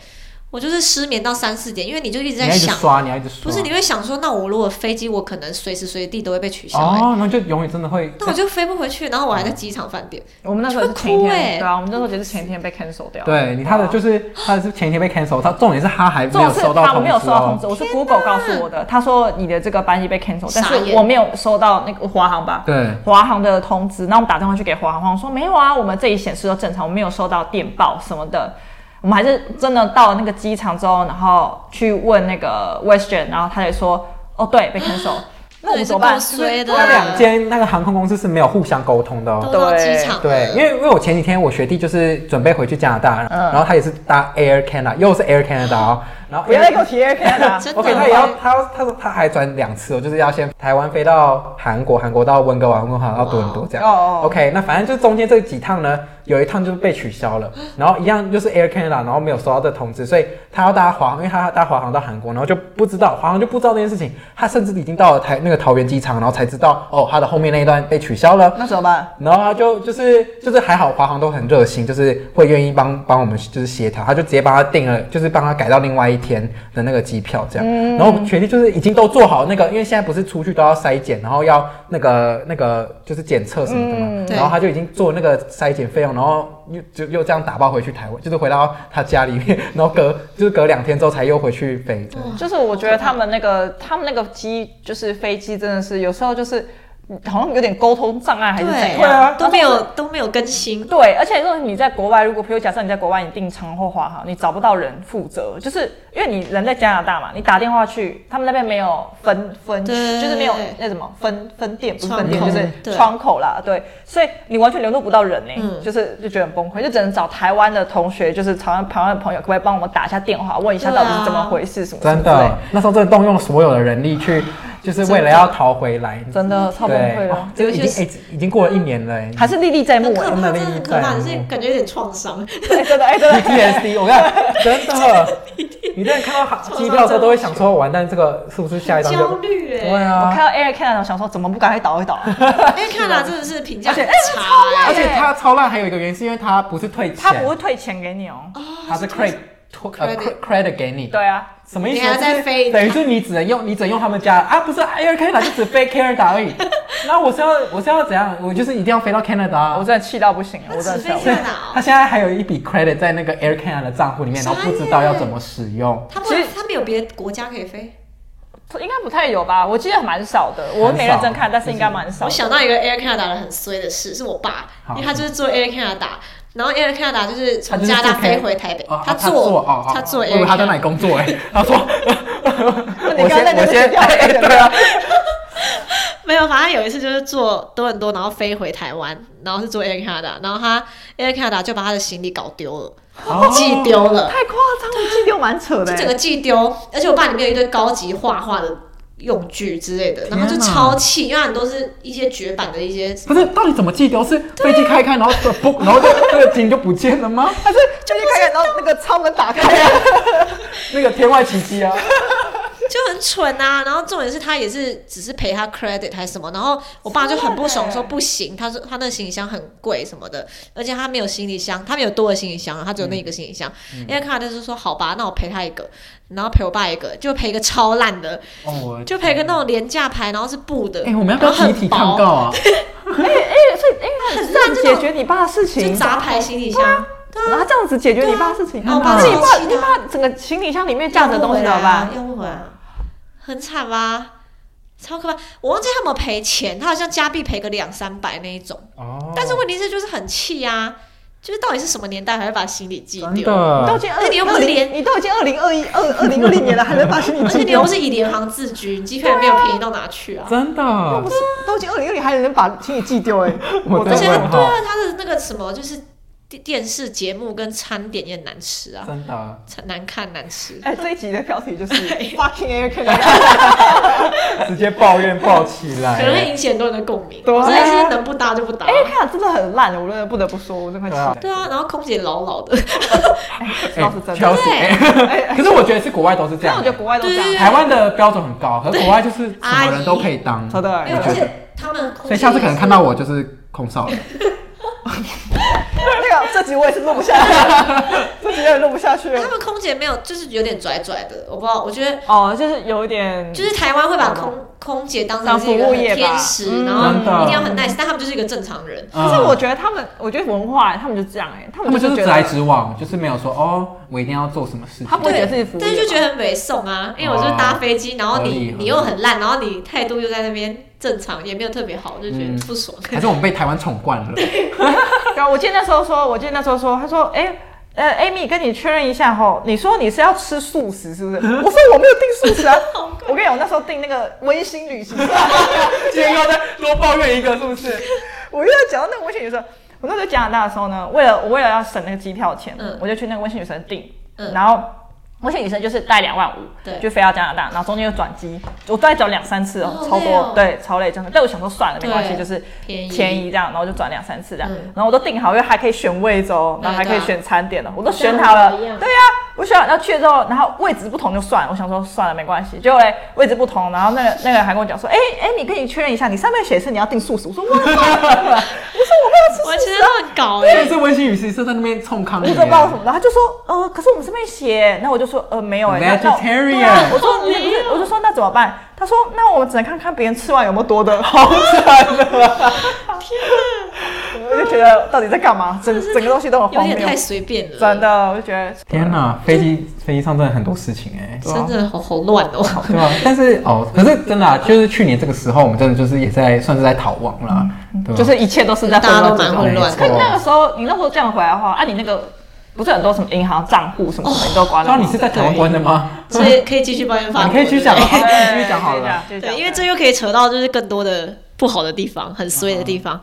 Speaker 4: 我就是失眠到三四点，因为你就一直
Speaker 2: 你要
Speaker 4: 在
Speaker 2: 一直
Speaker 4: 想，
Speaker 2: 刷，你要一直刷，
Speaker 4: 不是你会想说，那我如果飞机，我可能随时随地都会被取消哎、
Speaker 2: 哦，那就永远真的会。
Speaker 4: 那我就飞不回去，然后我还在机场饭店，
Speaker 5: 我们那时候也是前一
Speaker 4: 会哭
Speaker 5: 天，
Speaker 4: 欸
Speaker 5: 对啊，我们那时候就是前一天被 cancel 掉。
Speaker 2: 对你他的就是他的是前一天被 cancel，他重点是他还没
Speaker 5: 这
Speaker 2: 有
Speaker 5: 种哦是
Speaker 2: 收到
Speaker 5: 他我
Speaker 2: 通
Speaker 5: 没
Speaker 2: 知、
Speaker 5: 有收到
Speaker 2: 哦
Speaker 5: 通知，我是 Google 告诉我的，他说你的这个班机被 cancel，但
Speaker 4: 傻眼
Speaker 5: 是我没有收到那个华航吧？
Speaker 2: 对
Speaker 5: 华航的通知，那我们打电话去给华航，华航说没有啊，我们这里显示都正常，我们没有收到电报什么的。我们还是真的到了那个机场之后，然后去问那个 Western，然后他也说哦对，被 cancel。那我
Speaker 4: 也
Speaker 5: 们
Speaker 4: 是
Speaker 5: 怎么办
Speaker 4: 够？衰的。
Speaker 2: 那两间那个航空公司是没有互相沟通的哦。
Speaker 4: 都到机场了
Speaker 2: 对，因为因为我
Speaker 5: 嗯
Speaker 2: 前几天我学弟就是准备回去加拿大，然后他也是搭 Air Canada，又是 Air Canada 哦，然后
Speaker 3: 不要再给我提 A 片了。
Speaker 4: 啊 真的
Speaker 2: OK，他也要他要他说他还转两次哦，就是要先台湾飞到韩国，韩国到温哥华，温哥华到多伦多这样。
Speaker 5: 哇哦哦
Speaker 2: OK，那反正就中间这几趟呢，有一趟就是被取消了，然后一样就是 Air Canada，然后没有收到这通知，所以他要搭华航，因为他要搭华航到韩国，然后就不知道华航就不知道这件事情，他甚至已经到了台那个桃园机场，然后才知道哦，他的后面那一段被取消了。
Speaker 3: 那怎么办？
Speaker 2: 然后他就就是就是还好，华航都很热心，就是会愿意帮帮我们就是协调，他就直接帮他订了，就是帮他改到另外一天的那个机票这样。然后学弟就是已经都做好那个，因为现在不是出去都要筛检，然后要那个那个就是检测什么的嘛，
Speaker 4: 对
Speaker 2: 然后他就已经做那个筛检费用，然后又就又这样打包回去台湾，就是回到他家里面，然后隔就是隔两天之后才又回去飞。对
Speaker 5: 就是我觉得他们那个他们那个机就是飞机真的是有时候就是嗯好像有点沟通障碍还是怎
Speaker 4: 对
Speaker 5: 样。
Speaker 2: 啊
Speaker 4: 都没有都没有更新，
Speaker 5: 对，而且如果你在国外，如果比如假设你在国外你订长或华航，你找不到人负责，就是因为你人在加拿大嘛，你打电话去，他们那边没有分分区，
Speaker 4: 对
Speaker 5: 就是没有那什么分分店，不是分店，
Speaker 4: 窗
Speaker 5: 就
Speaker 4: 口
Speaker 5: 是
Speaker 4: 对
Speaker 5: 窗口啦，对，所以你完全联络不到人呢、
Speaker 4: 嗯
Speaker 5: 就是就觉得很崩溃，就只能找台湾的同学，就是台湾台湾的朋友，可不可以帮我们打一下电话，问一下
Speaker 4: 啊
Speaker 5: 到底是怎么回事，什么什
Speaker 2: 真
Speaker 5: 么之类
Speaker 2: 的，哦那时候真的动用所有的人力去，就是为了要逃回来。
Speaker 5: 真的超崩溃
Speaker 2: 对，哦
Speaker 5: 了，
Speaker 2: 这已经已经已经过了一年了欸，
Speaker 5: 还是历历在目
Speaker 4: 很可
Speaker 5: 哎、
Speaker 4: 怕，真的很可怕，
Speaker 2: 对
Speaker 4: 只是感觉有点创伤。
Speaker 5: 对真的 哎、真的。
Speaker 2: PTSD，我看真的，你真的看到机票的时候都会想说，完蛋，这个是不是下一张
Speaker 4: 焦
Speaker 2: 就？
Speaker 4: 虑哎、
Speaker 2: 对
Speaker 5: 我
Speaker 2: 啊
Speaker 5: 看，到 Air Canada，我想说怎么不赶快倒一 倒、啊？
Speaker 4: 因为看来真的是评价
Speaker 2: 而且
Speaker 4: 很差哎、
Speaker 2: 而且它超烂，还有一个原因是因为它不是退钱，
Speaker 5: 他不会退钱给你哦。
Speaker 2: 它是 credit 呃
Speaker 4: credit
Speaker 2: credit 给你，
Speaker 5: 对啊，
Speaker 2: 什么意思？
Speaker 4: 你还要再
Speaker 2: 就是
Speaker 4: 飞
Speaker 2: 等于是你只能用你只能用他们家啊，不是 Air Canada 就只飞 Canada 而已。那我是要我是要怎样？我就是一定要飞到 Canada 啊。
Speaker 5: 我真的气到不行了，我真
Speaker 4: 纸
Speaker 5: 的
Speaker 4: 飞
Speaker 5: 气
Speaker 4: 机在
Speaker 5: 到。
Speaker 4: 哪
Speaker 2: 他
Speaker 4: 哦？
Speaker 2: 现在还有一笔 credit 在那个 Air Canada 的账户里面，
Speaker 4: 傻
Speaker 2: 然
Speaker 4: 眼
Speaker 2: 后不知道要怎么使用。
Speaker 4: 他不
Speaker 5: 其实
Speaker 4: 他没有别的国家可以飞。
Speaker 5: 应该不太有吧？我记得蛮少的，我没认真看，但是应该蛮少
Speaker 4: 我。想到一个 Air Canada 的很衰的事，是我爸，
Speaker 2: 好
Speaker 4: 因为他就是坐 Air Canada，然后 Air Canada 就是
Speaker 2: 他
Speaker 4: 从
Speaker 2: 就是
Speaker 4: 加拿大
Speaker 2: 坐 Can-
Speaker 4: 飞回台北
Speaker 2: 哦，
Speaker 4: 他
Speaker 2: 坐哦
Speaker 4: 坐
Speaker 2: 哦，
Speaker 4: 他坐
Speaker 2: 我以
Speaker 4: Air
Speaker 2: 为他在哪
Speaker 4: Canada，
Speaker 2: 里工作哎、他 说，
Speaker 5: 你
Speaker 2: 我
Speaker 5: 刚
Speaker 2: 先
Speaker 5: 才那
Speaker 2: 我先，
Speaker 5: 个剪掉
Speaker 2: 哎对啊，
Speaker 4: 没有，反正有一次就是坐多伦多，然后飞回台湾，然后是坐 Air Canada，然后他 Air Canada 就把他的行李搞丢了，
Speaker 2: 哦
Speaker 4: 寄丢了，
Speaker 5: 太夸张了，气丢蛮扯的欸
Speaker 4: 就整个寄丢，而且我爸里面有一堆高级画画的用具之类的，然后就
Speaker 2: 天哪
Speaker 4: 超气，因为很多是一些绝版的一些
Speaker 2: 不是到底怎么寄丢？是
Speaker 4: 啊
Speaker 2: 飞机开开，然后就嘣，然后就那个金就不见了 吗？
Speaker 5: 他是就是开看到那个舱门打开，啊
Speaker 2: 那个天外奇迹啊！
Speaker 4: 就很蠢啊。然后重点是他也是只是赔他 credit 还是什么，然后我爸就很不爽，说不行，他说他那行李箱很贵什么的，而且他没有行李箱，他没有多的行李箱，他只有那一个行李箱。
Speaker 2: 嗯
Speaker 4: 因为看他就是说好吧，那我赔他一个，然后赔我爸一个，就赔一个超烂的，
Speaker 2: 哦，我
Speaker 4: 就赔一个那种廉价牌，然后是布的，
Speaker 2: 哎、我们要不要
Speaker 4: 然后很
Speaker 2: 集体
Speaker 4: 薄
Speaker 2: 抗告？啊？
Speaker 5: 哎，所以哎，他这样解决你爸的事
Speaker 4: 就
Speaker 5: 情，
Speaker 4: 杂牌行李箱，
Speaker 5: 然后这样子解决你爸的事情，
Speaker 4: 然后我爸
Speaker 5: 自己
Speaker 4: 很
Speaker 5: 爸
Speaker 4: 气
Speaker 5: 你
Speaker 4: 他
Speaker 5: 爸整个行李箱里面架着东西了
Speaker 4: 要不回来啊
Speaker 5: 吧？
Speaker 4: 要不回来啊，很惨吧？超可怕！我忘记他有没有赔钱，他好像加币赔个两三百那一种。
Speaker 2: 哦
Speaker 4: 但是问题是就是很气啊，就是到底是什么年代还会把行李寄
Speaker 2: 真
Speaker 4: 丢？
Speaker 5: 你都
Speaker 2: 的，
Speaker 5: 已经
Speaker 4: 那
Speaker 5: 二
Speaker 4: 你又不是连
Speaker 5: 你都已经二零二一二
Speaker 3: 二零二零年了，还能把行李
Speaker 4: 而且
Speaker 3: 寄
Speaker 4: 你又
Speaker 3: 丢
Speaker 4: 不？是以联航自居，你机票也没有便宜到哪去啊。
Speaker 2: 真的
Speaker 5: 不，是
Speaker 3: 都已经二零二零，还能把行李寄
Speaker 5: 欸
Speaker 3: 丢？哎，
Speaker 2: 我
Speaker 4: 而
Speaker 2: 在
Speaker 4: 且
Speaker 2: 问
Speaker 4: 对
Speaker 2: 号，
Speaker 4: 啊，他的那个什么就是电电视节目跟餐点也很难吃啊，
Speaker 2: 真的。
Speaker 4: 难看难吃。
Speaker 5: 哎，这一集的标题就是
Speaker 3: fucking Air Canada，
Speaker 2: 直接抱怨抱起
Speaker 4: 可能
Speaker 2: 来。
Speaker 4: 会引起很多人的共鸣，
Speaker 5: 对啊
Speaker 4: 所以是能不搭就不搭。
Speaker 5: 哎，看真的很烂，我真的不得不说，我真的快气
Speaker 2: 对啊哎
Speaker 5: 死
Speaker 4: 对啊，然后空姐老老的，
Speaker 5: 了，倒是真的。
Speaker 2: Chelsea，哎可是我觉得是国外都是这
Speaker 5: 但
Speaker 2: 样
Speaker 5: 我觉得
Speaker 2: 的，
Speaker 5: 国外都这样
Speaker 4: 对，
Speaker 2: 台湾的标准很高，可是国外就是什么人都可以当。
Speaker 5: 真的
Speaker 2: 我
Speaker 4: 没有，而
Speaker 2: 觉得，
Speaker 4: 且他们空姐
Speaker 2: 哎所以下次可能看到我就是空少了。
Speaker 3: 那个这集我也是录不下去了，这集有点录不 下去
Speaker 4: 他
Speaker 3: 了。
Speaker 4: 们空姐没有，就是有点拽拽的，我不知道，我觉得
Speaker 5: 哦，就是有一点，
Speaker 4: 就是台湾会把空空姐当成是一
Speaker 5: 嗯
Speaker 4: 个
Speaker 5: 当服务
Speaker 4: 很
Speaker 5: 业吧
Speaker 4: 天使，
Speaker 5: 嗯
Speaker 4: 然后
Speaker 2: 真的
Speaker 4: 一定要很 nice，但他们就是一个正常人。
Speaker 5: 可是我
Speaker 2: 嗯
Speaker 5: 觉得他们，我觉得文化他们就这样哎、他
Speaker 2: 他
Speaker 5: 们
Speaker 2: 们就是是
Speaker 5: 觉
Speaker 2: 直
Speaker 5: 得
Speaker 2: 来直往，就是没有说哦，我一定要做什么事情
Speaker 5: 他。不会觉得自己服务业
Speaker 4: 但
Speaker 5: 吧，
Speaker 4: 是就觉得很北宋啊，因为我就是搭飞机，然后
Speaker 2: 合理
Speaker 4: 你
Speaker 2: 合理
Speaker 4: 你又很烂，然后你态度又在那边正常，也没有特别好，我就觉
Speaker 5: 嗯
Speaker 4: 得不爽。
Speaker 2: 还是我们被台湾宠惯了，
Speaker 5: 对啊，我记得那时候说，我记得那时候说，他说，哎、呃，Amy 跟你确认一下吼，你说你是要吃素食是不是？我说我没有订素 食啊，我跟你讲，我那时候订那个温馨旅行社，
Speaker 2: 结果再多抱怨一个，是不是？
Speaker 5: 我又要讲到那个温馨旅行社。我那时候在加拿大的时候呢，为了我为了要省那个机票钱，
Speaker 4: 嗯
Speaker 5: 我就去那个温馨旅行社订，
Speaker 4: 嗯
Speaker 5: 然后我选女生就是带两万五，
Speaker 4: 对
Speaker 5: 就飞到加拿大，然后中间又转机，我大概转两三次哦，
Speaker 4: 好
Speaker 5: 超
Speaker 4: 累
Speaker 5: 多，
Speaker 4: 哦
Speaker 5: 对，超累，真的。但我想说算了，没关系，
Speaker 4: 对
Speaker 5: 就是
Speaker 4: 便宜
Speaker 5: 宜这样，然后就转两三次这样，
Speaker 4: 嗯
Speaker 5: 然后我都订好，因为还可以选位置哦，
Speaker 4: 对
Speaker 5: 然后还可以
Speaker 4: 对啊
Speaker 5: 选餐点了，我都选
Speaker 4: 跟
Speaker 5: 好了，
Speaker 4: 我一
Speaker 5: 对
Speaker 4: 样
Speaker 5: 啊，我选好要去之后，然后位置不同就算了，我想说算了没关系，结果嘞位置不同，然后那个那个人还跟我讲说，哎哎，你可以确认一下，你上面写的是你要订素食，我说我我说我没
Speaker 4: 我
Speaker 5: 有吃
Speaker 4: 其
Speaker 5: 素
Speaker 4: 实
Speaker 5: 食啊。
Speaker 4: 乱搞 哎、
Speaker 2: 就是温馨与其是在那边冲康
Speaker 5: 我
Speaker 2: 你
Speaker 5: 就不知道什么，然后他就说，呃，可是我们这边写，那我就说，呃，没有哎、那那我
Speaker 2: Vegetarian
Speaker 5: 对啊我说你不是，我就说那怎么办？他说，那我们只能看看别人吃完有没有多的，好惨 啊！我就觉得到底在干嘛？整整个东西都很
Speaker 4: 有
Speaker 5: 荒谬
Speaker 4: 点，太随便了，
Speaker 5: 真的，我就觉得
Speaker 2: 天哪，飞机飞机上真的很多事情哎、
Speaker 4: 真的好好乱哦。
Speaker 2: 对吧？但是哦，可是真的、啊，就是去年这个时候，我们真的就是也在算是在逃亡啦，对吧？
Speaker 5: 嗯
Speaker 2: 啊
Speaker 5: 就是一切都是在混
Speaker 4: 大家
Speaker 5: 乱
Speaker 4: 都
Speaker 5: 之
Speaker 4: 蛮
Speaker 5: 中。
Speaker 4: 混乱
Speaker 5: 可
Speaker 2: 没
Speaker 5: 是
Speaker 2: 错
Speaker 5: 那个时候，你那时候这样回来的话，啊，你那个不是很多什么银行账户什么
Speaker 4: 哦
Speaker 5: 什么，你都关
Speaker 2: 知道
Speaker 5: 了
Speaker 2: 你
Speaker 5: 吗。
Speaker 2: 是在台湾关的吗？
Speaker 4: 所以可以继续抱怨法国，
Speaker 2: 你可以去讲
Speaker 4: 对
Speaker 2: 啊，
Speaker 4: 不对
Speaker 2: 你继续讲好
Speaker 5: 对
Speaker 2: 了。，
Speaker 5: 对
Speaker 4: 对，因为这又可以扯到就是更多的不好的地方，很衰
Speaker 5: 嗯
Speaker 4: 的地方，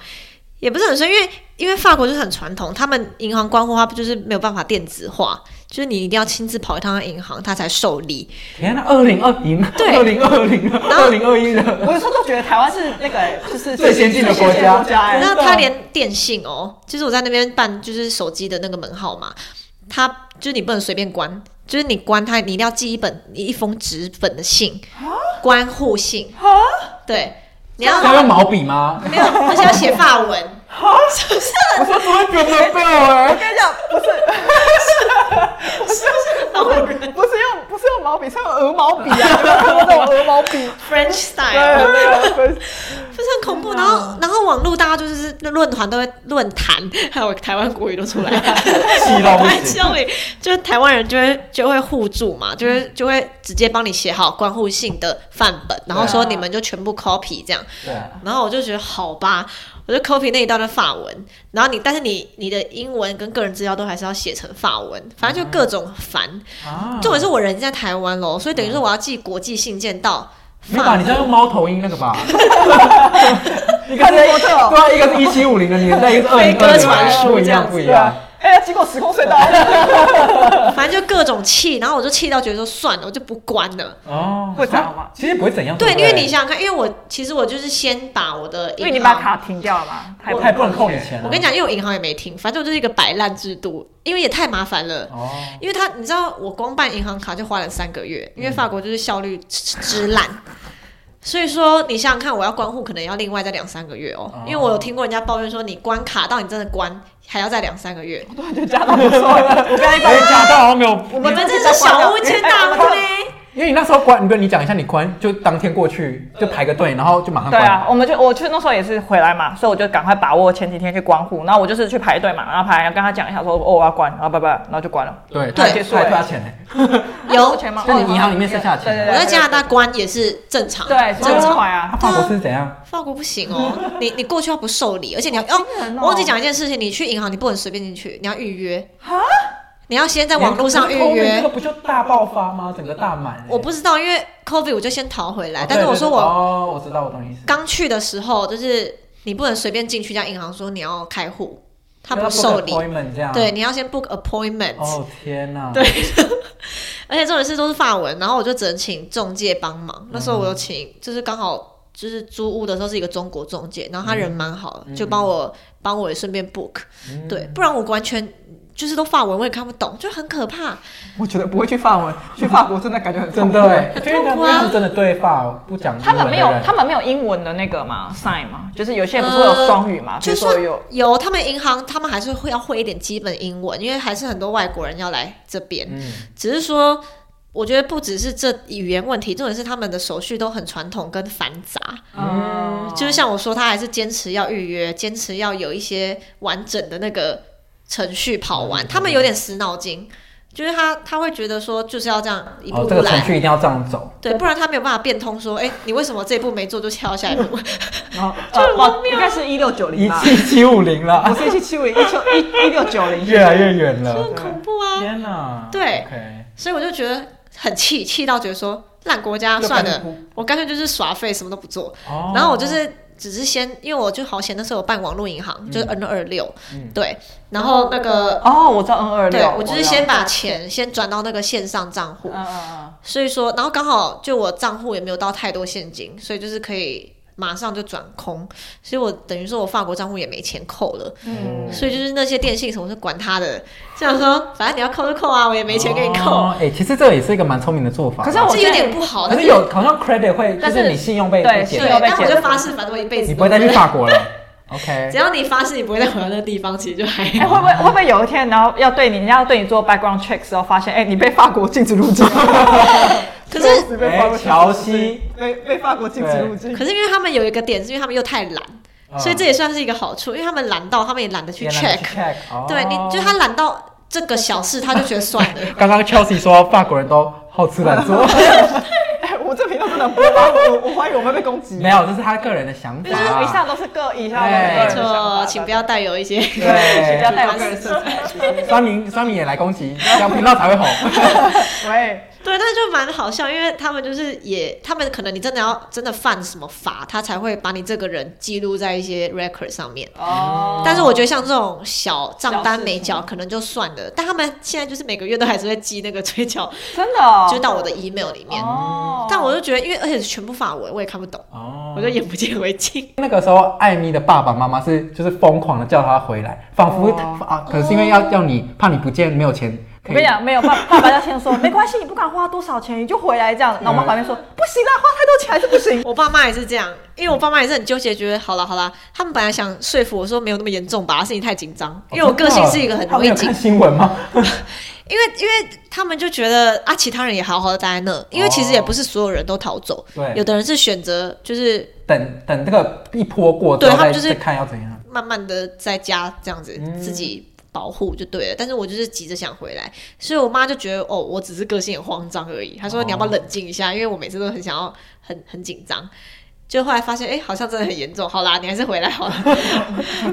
Speaker 4: 也不是很衰，因为因为法国就是很传统，他们银行关户它就是没有办法电子化，就是你一定要亲自跑一趟银行，它才受理。
Speaker 2: 天哪，二零二零，
Speaker 4: 对
Speaker 2: 二零二零，二零二一的，
Speaker 5: 我有时候都觉得台湾是那个就是
Speaker 2: 最先进的
Speaker 5: 最先进
Speaker 2: 国家
Speaker 5: 哎
Speaker 4: 那他连电信哦，就是我在那边办就是手机的那个门号嘛，他就是你不能随便关，就是你关它，你一定要寄一本一封纸本的信，
Speaker 5: 啊
Speaker 4: 关户信，对，你要
Speaker 2: 要用毛笔吗？
Speaker 4: 没有，而且要写法文，是不是？
Speaker 2: 我说怎么会觉得没有哎？
Speaker 5: 跟你讲，不是
Speaker 4: 法文
Speaker 5: 不是用不是用毛笔，是用鹅毛笔啊！你们看过那种鹅毛笔？
Speaker 4: French style，
Speaker 5: 对啊对对，
Speaker 4: 就是很恐怖。然后，然后网络大家就是论坛都会论坛，还有台湾国语都出来，
Speaker 2: 气到不
Speaker 4: 台
Speaker 2: 行。
Speaker 4: 湾语 就是台湾人就会就会互助嘛，就是就会直接帮你写好关乎性的范本，然后说你们就全部 copy 这样。
Speaker 2: 对啊，
Speaker 4: 然后我就觉得好吧，我就 copy 那一段的法文，然后你但是你你的英文跟个人资料都还是要写成法文，反正就各种烦。
Speaker 2: 啊
Speaker 4: 重点是我人在台湾喽，所以等于说我要寄国际信件到
Speaker 2: 没有吧？
Speaker 4: 法
Speaker 2: 你是要用猫头鹰那个 吧？
Speaker 5: 你看这模特
Speaker 2: 对
Speaker 5: 哦，
Speaker 2: 啊，一个是一七五零的年代，一个是二
Speaker 4: 飞
Speaker 2: 零
Speaker 4: 鸽
Speaker 2: 二
Speaker 4: 传
Speaker 2: 零，
Speaker 4: 书
Speaker 2: 不一
Speaker 4: 这样
Speaker 2: 样，
Speaker 4: 子
Speaker 2: 不一
Speaker 5: 对
Speaker 2: 样
Speaker 5: 啊。，哎呀，经过时空隧道，
Speaker 4: 反正就各种气，然后我就气到觉得说算了，我就不关了。
Speaker 2: 哦，
Speaker 5: 会长吗
Speaker 2: 其实不会怎样。
Speaker 4: 对，
Speaker 2: 不
Speaker 4: 因为你想想看，因为我其实我就是先把我的银行，
Speaker 5: 因为你把卡停掉了嘛，太
Speaker 2: 他也不能扣你。钱啊。
Speaker 4: 我跟你讲，因为我银行也没停，反正我就是一个摆烂制度，因为也太麻烦了。
Speaker 2: 哦，
Speaker 4: 因为他，你知道，我光办银行卡就花了三个月，因为法国就是效率之之烂，所以说你想想看，我要关户可能要另外再两三个月哦，因为我有听过人家抱怨说，你关卡到你真的关还要再两三个月，
Speaker 5: 就加到不错了， 我刚才
Speaker 2: 哎，假到好像没有，
Speaker 5: 我
Speaker 4: 你
Speaker 5: 们
Speaker 4: 们真是小巫见
Speaker 5: 哎
Speaker 4: 大巫嘞！
Speaker 2: 因为你那时候关，你不你讲一下，你关就当天过去就排个队，然后就马上
Speaker 5: 对
Speaker 2: 关。
Speaker 5: 啊，我们就我去那时候也是回来嘛，所以我就赶快把握前几天去关户，然后我就是去排队嘛，然后排，然后跟他讲一下说，哦，我要关，然后拜拜，然后就关了。
Speaker 2: 对，
Speaker 4: 对
Speaker 2: 他还他还退他钱呢。
Speaker 4: 有
Speaker 5: 钱吗？
Speaker 2: 那你银行里面剩下的钱
Speaker 5: 对对
Speaker 4: 我
Speaker 5: 对
Speaker 4: 在加拿大关也是正常，
Speaker 5: 对，
Speaker 4: 正
Speaker 5: 正
Speaker 4: 常
Speaker 5: 常。啊
Speaker 2: 他。法国是怎样？
Speaker 4: 法国不行哦，你你过去要不受理，而且你要哦
Speaker 5: 人哦，
Speaker 4: 我忘记讲一件事情，你去银行你不能随便进去，你要预约你要先在网络上预
Speaker 2: 这
Speaker 4: 约
Speaker 2: 个。不就大爆发吗？整个大满。
Speaker 4: 我不知道，因为 COVID 我就先逃回来，
Speaker 2: 哦，
Speaker 4: 但是我
Speaker 2: 对
Speaker 4: 说
Speaker 2: 对对
Speaker 4: 我
Speaker 2: 哦，我知道，我懂你意思。
Speaker 4: 刚去的时候，就是你不能随便进去一家银行说你要开户，他
Speaker 2: 要
Speaker 4: 不
Speaker 2: book
Speaker 4: 受理。
Speaker 2: appointment 这样。
Speaker 4: 对，。你要先 book appointment，、
Speaker 2: 哦天哪！
Speaker 4: 对而且这种事都是法文，然后我就只能请中介帮
Speaker 2: 嗯
Speaker 4: 忙。那时候我有请，就是刚好就是租屋的时候是一个中国中介，然后他人蛮好的，
Speaker 2: 嗯
Speaker 4: 就帮我帮我也顺便 book，、
Speaker 2: 嗯
Speaker 4: 对，不然我完全就是都法文，我也看不懂，就很可怕。
Speaker 5: 我觉得不会去法文，去法国真的感觉很
Speaker 2: 真的哎，
Speaker 4: 很
Speaker 2: 因为他
Speaker 4: 痛苦啊
Speaker 2: 们真的对法不讲
Speaker 5: 他
Speaker 2: 英
Speaker 5: 们
Speaker 2: 文
Speaker 5: 没
Speaker 2: 的
Speaker 5: 有
Speaker 2: 人，
Speaker 5: 他们没有英文的那个嘛 sign 嘛，就是有些不是会有双语嘛，比
Speaker 4: 呃
Speaker 5: 如
Speaker 4: 就
Speaker 5: 说
Speaker 4: 算
Speaker 5: 有。
Speaker 4: 有他们银行，他们还是会要会一点基本英文，因为还是很多外国人要来这边。
Speaker 2: 嗯，
Speaker 4: 只是说，我觉得不只是这语言问题，重点是他们的手续都很传统跟繁杂。
Speaker 5: 嗯，
Speaker 4: 就是像我说，他还是坚持要预约，坚持要有一些完整的那个程序跑完。他们有点死脑筋，就是他他会觉得说，就是要这样一步
Speaker 2: 哦，这
Speaker 4: 步
Speaker 2: 个程
Speaker 4: 来。
Speaker 2: 序一定要这样走。
Speaker 4: 对，不然他没有办法变通，说，哎、你为什么这一步没做就跳下一步？
Speaker 5: 然后呃，应该是一六九
Speaker 2: 一
Speaker 5: 零吧，
Speaker 2: 七七五零
Speaker 5: 不
Speaker 2: 了，
Speaker 5: 是一七七五零，一九一一六九 零，
Speaker 2: 越来越远了
Speaker 4: 很。恐怖啊！
Speaker 2: 天哪！
Speaker 4: 对
Speaker 2: OK
Speaker 4: 所以我就觉得很气，气到觉得说烂国家
Speaker 2: 就
Speaker 4: 啊算
Speaker 2: 干
Speaker 4: 了，我干脆就是耍废，什么都不做。
Speaker 2: 哦
Speaker 4: 然后我就是只是先，因为我就好险那时候有办网络银行，就是 N 二六，
Speaker 2: 嗯
Speaker 4: 对，然后那个。
Speaker 5: 嗯哦，我知道 N 二
Speaker 4: 对
Speaker 5: 六，，
Speaker 4: 我就是
Speaker 5: 知道
Speaker 4: 先把钱先转到那个线上账户，
Speaker 5: 嗯嗯
Speaker 4: 所以说，然后刚好就我账户也没有到太多现金，所以就是可以马上就转空，所以我等于说我法国账户也没钱扣了，
Speaker 5: 嗯
Speaker 4: 所以就是那些电信什么是管他的，这样说反正你要扣就扣啊，我也没钱给你扣，
Speaker 2: 哦哎、其实这也是一个蛮聪明的做法。
Speaker 5: 可是我
Speaker 4: 这有点不好，
Speaker 2: 可
Speaker 4: 但
Speaker 2: 是有好像 credit 会，就
Speaker 5: 但是
Speaker 2: 是你信用被
Speaker 5: 对
Speaker 2: 减
Speaker 5: 信
Speaker 4: 对
Speaker 5: 用，被
Speaker 4: 但我
Speaker 5: 解
Speaker 4: 就
Speaker 5: 除
Speaker 4: 发誓，反正我一辈子
Speaker 2: 你
Speaker 4: 都
Speaker 2: 不会再去法 国了。OK，
Speaker 4: 只要你发誓你不会再回到那个地方，其实就还
Speaker 5: 哎、
Speaker 4: 好。
Speaker 5: 会不会会不会有一天，然后要对你，人家要对你做 background check 之后，发现，哎、你被法国禁止 入境，
Speaker 4: 可是
Speaker 3: 是被法
Speaker 2: 哎，
Speaker 3: 国
Speaker 2: 乔西，
Speaker 3: 被被法国禁止入境。
Speaker 4: 可是因为他们有一个点，是因为他们又太懒，所以这也算是一个好处，因为他们懒到他们也懒得去
Speaker 2: 啊也懒得
Speaker 4: check，
Speaker 2: 去 check，哦
Speaker 4: 对你就他懒到这个小事他就觉得算 了。
Speaker 2: 刚刚 Chelsea 说法国人都好吃懒做，
Speaker 3: 哎、我这频道不能播吗？我我怀疑我会被攻击。
Speaker 2: 没有，这是他个人的想
Speaker 5: 就是以
Speaker 2: 法。
Speaker 5: 上都是个以上都是个
Speaker 2: 对
Speaker 5: 人
Speaker 4: 啊
Speaker 5: 的
Speaker 4: 没
Speaker 5: 想法
Speaker 4: 错，请不要带有 一些。
Speaker 5: 请不要
Speaker 2: 对，
Speaker 5: 带有个人色彩。
Speaker 2: 酸民酸民也来攻击，这样频道才会 红。
Speaker 3: 喂，
Speaker 4: 对，但是就蛮好笑，因为他们就是也，他们可能你真的要真的犯什么法，他才会把你这个人记录在一些 record 上面。
Speaker 5: 哦
Speaker 4: 但是我觉得像这种小账单没
Speaker 5: 小
Speaker 2: 嗯
Speaker 4: 缴可能就算了，但他们现在就是每个月都还是会寄那个 催缴，
Speaker 5: 真的、哦，
Speaker 4: 就到我的 email 里面。
Speaker 5: 哦，
Speaker 4: 但我就觉得，因为而且全部法文，我也看不懂，
Speaker 2: 哦
Speaker 4: 我就眼不见为净。
Speaker 2: 那个时候，艾米的爸爸妈妈是就是疯狂的叫他回来，仿佛
Speaker 5: 哦
Speaker 2: 啊，可是因为要要你怕你不见没有钱，可
Speaker 5: 我
Speaker 2: 以
Speaker 5: 跟你讲，没有爸爸爸要先说，没关系，你不管花多少钱，你就回来这 样。然后我妈旁边说，不行啦，花太多钱还是不行。
Speaker 4: 我爸妈也是这样，因为我爸妈也是很纠结，觉得好了好了，他们本来想说服我说没有那么严重吧，事情太紧
Speaker 2: 哦
Speaker 4: 张，因为我个性是一个很
Speaker 2: 啊他
Speaker 4: 容
Speaker 2: 们
Speaker 4: 易
Speaker 2: 有
Speaker 4: 紧
Speaker 2: 看新闻吗？
Speaker 4: 因为因为他们就觉得啊，其他人也好好的待在那，因为其实也不是所有人都逃走，
Speaker 2: 哦对
Speaker 4: 有的人是选择就是
Speaker 2: 等等这个一波过之后
Speaker 4: 对他
Speaker 2: 再
Speaker 4: 们就是
Speaker 2: 再看要怎样。
Speaker 4: 慢慢的在家这样子、
Speaker 2: 嗯
Speaker 4: 自己保护就对了。但是我就是急着想回来，所以我妈就觉得哦，我只是个性很慌张而已。她说
Speaker 2: 哦
Speaker 4: 你要不要冷静一下，因为我每次都很想要很很紧张。就后来发现，哎、好像真的很严重。好啦，你还是回 来好了。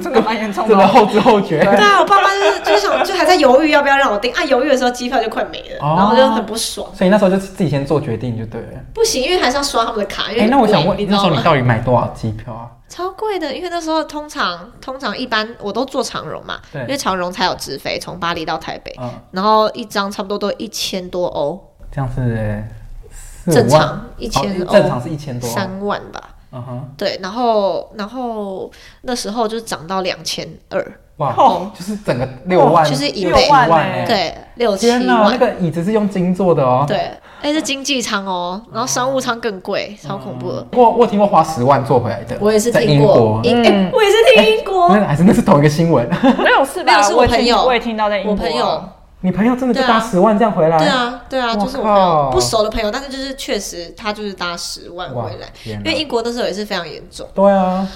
Speaker 5: 真的蛮严重
Speaker 2: 真的
Speaker 5: 的。
Speaker 2: 后知后觉。
Speaker 4: 对啊，我爸妈就是就是想，就还在犹豫要不要让我订。啊，犹豫的时候机票就快没了，
Speaker 2: 哦
Speaker 4: 然后就很不 爽。
Speaker 2: 所以那时候就自己先做决定就对了。
Speaker 4: 不行，因为还是要刷他们的卡。因
Speaker 2: 哎、
Speaker 4: 为
Speaker 2: 那我想
Speaker 4: 贵
Speaker 2: 问
Speaker 4: 你，知
Speaker 2: 那时
Speaker 4: 道
Speaker 2: 候
Speaker 4: 吗
Speaker 2: 你？到底买多少机票 啊？
Speaker 4: 超贵的，因为那时候通常通常一般我都坐长荣嘛，
Speaker 2: 对
Speaker 4: 因为长荣才有直飞从巴黎到台北，
Speaker 2: 嗯，
Speaker 4: 然后一张差不多都一千多欧，
Speaker 2: 这样是四
Speaker 4: 正
Speaker 2: 五万，
Speaker 4: 常一千
Speaker 2: 哦
Speaker 4: 欧，
Speaker 2: 正常是一千多。
Speaker 4: 三万吧，
Speaker 2: 嗯哼，
Speaker 4: 对，然后然后那时候就涨到两千二，
Speaker 2: 哇，
Speaker 5: 哦，
Speaker 2: 就是整个六万，
Speaker 4: 就是一
Speaker 2: 六
Speaker 4: 倍
Speaker 2: 万
Speaker 5: 哎
Speaker 2: 哎、
Speaker 4: 对，六七
Speaker 2: 天哪，那
Speaker 4: 万，
Speaker 2: 个椅子是用金做的哦。
Speaker 4: 对，哎是经济舱哦，然后商务舱更贵，超恐怖的。
Speaker 2: 我我有听嗯过花十万做回来的，
Speaker 4: 哦我也是
Speaker 2: 在
Speaker 4: 听
Speaker 2: 英
Speaker 4: 过
Speaker 2: 国，，哎
Speaker 4: 英哎我也是听英国，
Speaker 2: 那还是那是同一个新闻。
Speaker 5: 没有是
Speaker 4: 没
Speaker 5: 吧？
Speaker 4: 有是我
Speaker 5: 也听
Speaker 4: 朋友
Speaker 5: 我也听到在英国
Speaker 4: 我
Speaker 5: 啊，
Speaker 4: 朋友
Speaker 2: 你朋友真的就
Speaker 4: 对啊
Speaker 2: 搭十万这样回来？
Speaker 4: 对啊，对啊，
Speaker 2: 我
Speaker 4: 就是我朋友
Speaker 2: 靠
Speaker 4: 不熟的朋友，但是就是确实他就是搭十万
Speaker 2: 哇
Speaker 4: 回来，
Speaker 2: 天
Speaker 4: 因
Speaker 2: 哪
Speaker 4: 为英国那时候也是非常严重，
Speaker 2: 对啊，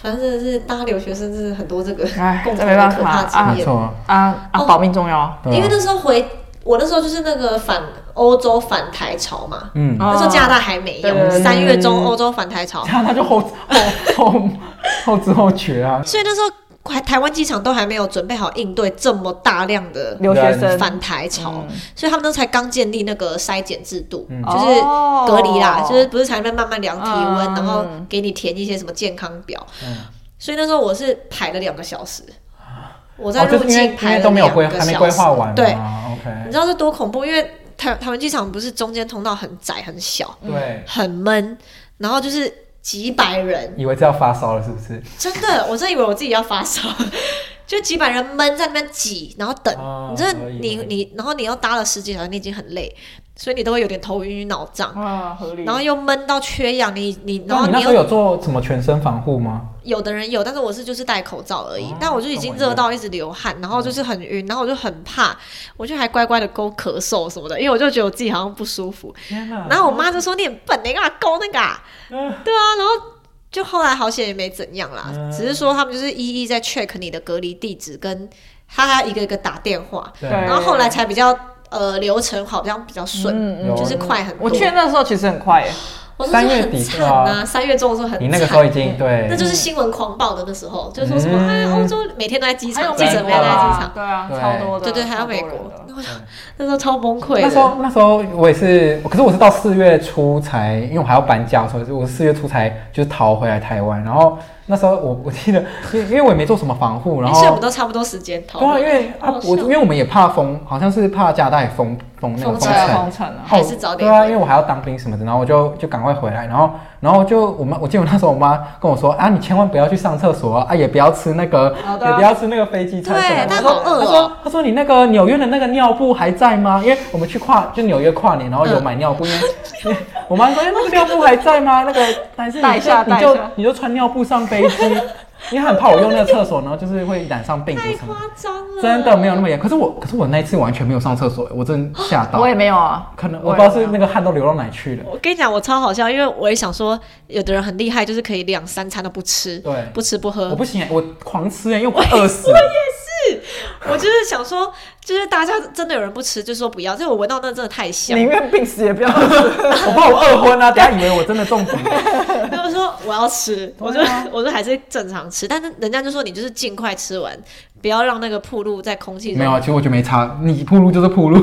Speaker 4: 反正真的是搭留学生，真的很多这个
Speaker 5: 哎
Speaker 4: 共
Speaker 5: 这
Speaker 4: 同
Speaker 5: 没
Speaker 4: 的
Speaker 5: 办
Speaker 4: 可
Speaker 5: 法
Speaker 4: 怕
Speaker 5: 啊
Speaker 4: 经
Speaker 2: 没
Speaker 4: 验。
Speaker 2: 错。
Speaker 5: 啊啊，
Speaker 4: 哦
Speaker 5: 保命重要。
Speaker 2: 对啊
Speaker 4: 因为那时候回我那时候就是那个反欧洲反台潮嘛，
Speaker 2: 嗯，
Speaker 5: 哦
Speaker 4: 那时候加拿大还没
Speaker 5: 对对
Speaker 4: 有，
Speaker 5: 对
Speaker 4: 三月中欧洲反台潮
Speaker 2: 这，样他就后后后后知后觉啊。
Speaker 4: 所以那时候还台湾机场都还没有准备好应对这么大量的
Speaker 5: 留学生
Speaker 4: 反台潮
Speaker 5: 嗯，
Speaker 4: 所以他们都才刚建立那个筛检制度，
Speaker 2: 嗯
Speaker 4: 就是隔离啦
Speaker 5: 哦，
Speaker 4: 就是不是才能慢慢量体温，
Speaker 5: 嗯
Speaker 4: 然后给你填一些什么健康表。
Speaker 2: 嗯
Speaker 4: 所以那时候我是排了两个小时，我在
Speaker 2: 哦，就
Speaker 4: 入
Speaker 2: 是因为
Speaker 4: 境
Speaker 2: 因
Speaker 4: 排
Speaker 2: 为
Speaker 4: 了
Speaker 2: 都没有
Speaker 4: 两
Speaker 2: 规
Speaker 4: 个
Speaker 2: 还没
Speaker 4: 小
Speaker 2: 规
Speaker 4: 时
Speaker 2: 划完嘛，
Speaker 4: 对，你
Speaker 2: ，OK，
Speaker 4: 知道这多恐怖？因为台台湾机场不是中间通道很窄很小，
Speaker 2: 对，
Speaker 4: 很闷，然后就是几百人，
Speaker 2: 以为这要发烧了是不是？
Speaker 4: 真的，我真以为我自己要发烧， 就几百人闷在那边挤，然后等，
Speaker 2: 哦
Speaker 4: 你真的
Speaker 2: 可以
Speaker 4: 你
Speaker 2: 可以
Speaker 4: 你，然后你又搭了十几小时，你已经很累，所以你都会有点头晕脑胀，
Speaker 5: 啊，合理。
Speaker 4: 然后又闷到缺氧，你你
Speaker 2: 嗯那
Speaker 4: 然后
Speaker 2: 你那时候
Speaker 4: 又
Speaker 2: 有做什么全身防护吗？
Speaker 4: 有的人有，但是我是就是戴口罩而已，
Speaker 2: 哦
Speaker 4: 但我就已经热到一直流汗，然后就是很晕，然后我就很怕，我就还乖乖的勾咳嗽什么的，因为我就觉得我自己好像不舒服，
Speaker 2: 天哪
Speaker 4: 然后我妈就说你很笨，你干嘛勾那个、啊？ 对啊，然后就后来好险也没怎样啦，
Speaker 2: 嗯
Speaker 4: 只是说他们就是一一在 check 你的隔离地址，跟他还一个一个打电话，
Speaker 5: 对
Speaker 2: 对，
Speaker 4: 然后后来才比较呃流程好像比较顺，
Speaker 5: 嗯
Speaker 2: 嗯
Speaker 4: 就是快很多。
Speaker 5: 我去那时候其实很快耶，
Speaker 4: 我那时候
Speaker 2: 三月
Speaker 4: 很
Speaker 2: 底
Speaker 4: 惨啊，三月中的时候很惨。
Speaker 2: 你那个时候已经对
Speaker 4: 那，就是新闻狂暴的那时候，就是说什么
Speaker 2: 嗯
Speaker 4: 哎，欧洲每天都在机
Speaker 5: 还有
Speaker 4: 场，记
Speaker 5: 美
Speaker 4: 者
Speaker 5: 国
Speaker 4: 每天都在机
Speaker 5: 啊
Speaker 4: 场，
Speaker 5: 对啊，
Speaker 2: 对
Speaker 5: 超多的，
Speaker 4: 对对，还有
Speaker 5: 超多
Speaker 4: 美
Speaker 5: 人嗯
Speaker 4: 国
Speaker 5: 的，
Speaker 4: 那我想那时候超崩溃的。
Speaker 2: 那时候那时候我也是，可是我是到四月初才，因为我还要搬家，所以我四月初才就是逃回来台湾。然后那时候我我记得，因为因为我也没做什么防护，然
Speaker 4: 哎所以我
Speaker 2: 后
Speaker 4: 们都差不多时间投
Speaker 2: 对啊，因为啊
Speaker 4: 好
Speaker 2: 我
Speaker 4: 笑
Speaker 2: 因为我们也怕封，好像是怕加拿大也封封那个封
Speaker 4: 封
Speaker 5: 对
Speaker 4: 城
Speaker 5: 啊，
Speaker 2: 城
Speaker 5: 封，城啊，
Speaker 4: 还是早点
Speaker 2: 对啊，
Speaker 4: 回
Speaker 2: 因为我还要当兵什么的，然后我就就赶快回来，然后然后就我妈，我记得我那时候我妈跟我说啊，你千万不要去上厕所啊，啊也不要吃那个，
Speaker 5: 哦对啊
Speaker 2: 也不要吃那个飞机餐什么的。
Speaker 4: 对，他
Speaker 2: 她
Speaker 4: 好
Speaker 2: 说
Speaker 4: 饿
Speaker 2: 她
Speaker 4: 哦
Speaker 2: 说。她说你那个纽约的那个尿布还在吗？因为我们去跨就纽约跨年，然后有
Speaker 4: 嗯
Speaker 2: 买尿布，因为因为我妈说哎那个尿布还在吗？那个还是你
Speaker 5: 带一下
Speaker 2: 就
Speaker 5: 带
Speaker 2: 你
Speaker 5: 一
Speaker 2: 就
Speaker 5: 下
Speaker 2: 你就穿尿布上飞机，因为她很怕我用那个厕所，然后就是会染上病毒
Speaker 4: 太
Speaker 2: 什么的。
Speaker 4: 夸张了，
Speaker 2: 真的没有那么严，可是我可是我那一次完全没有上厕所，我真吓到。
Speaker 5: 我也没有啊，
Speaker 2: 可能我不知道是那个
Speaker 5: 个
Speaker 2: 汗都流到哪去了。
Speaker 4: 我跟你讲，我超好笑，因为我也想说，有的人很厉害，就是可以两三餐都不吃，
Speaker 2: 对
Speaker 4: 不吃不喝。
Speaker 2: 我不行，我狂吃欸，因为我快饿死了。
Speaker 4: 我就是想说，就是大家真的有人不吃，就说不要，这我闻到那真的太香。
Speaker 5: 宁愿病死也不要死，
Speaker 2: 我怕我饿昏啊，等下以为我真的中毒。
Speaker 4: 然后我说我要吃，我就
Speaker 2: 啊
Speaker 4: 我就还是正常吃，但是人家就说你就是尽快吃完，不要让那个铺路在空气中
Speaker 2: 没有，啊，其实我觉得没差，你铺路就是铺路。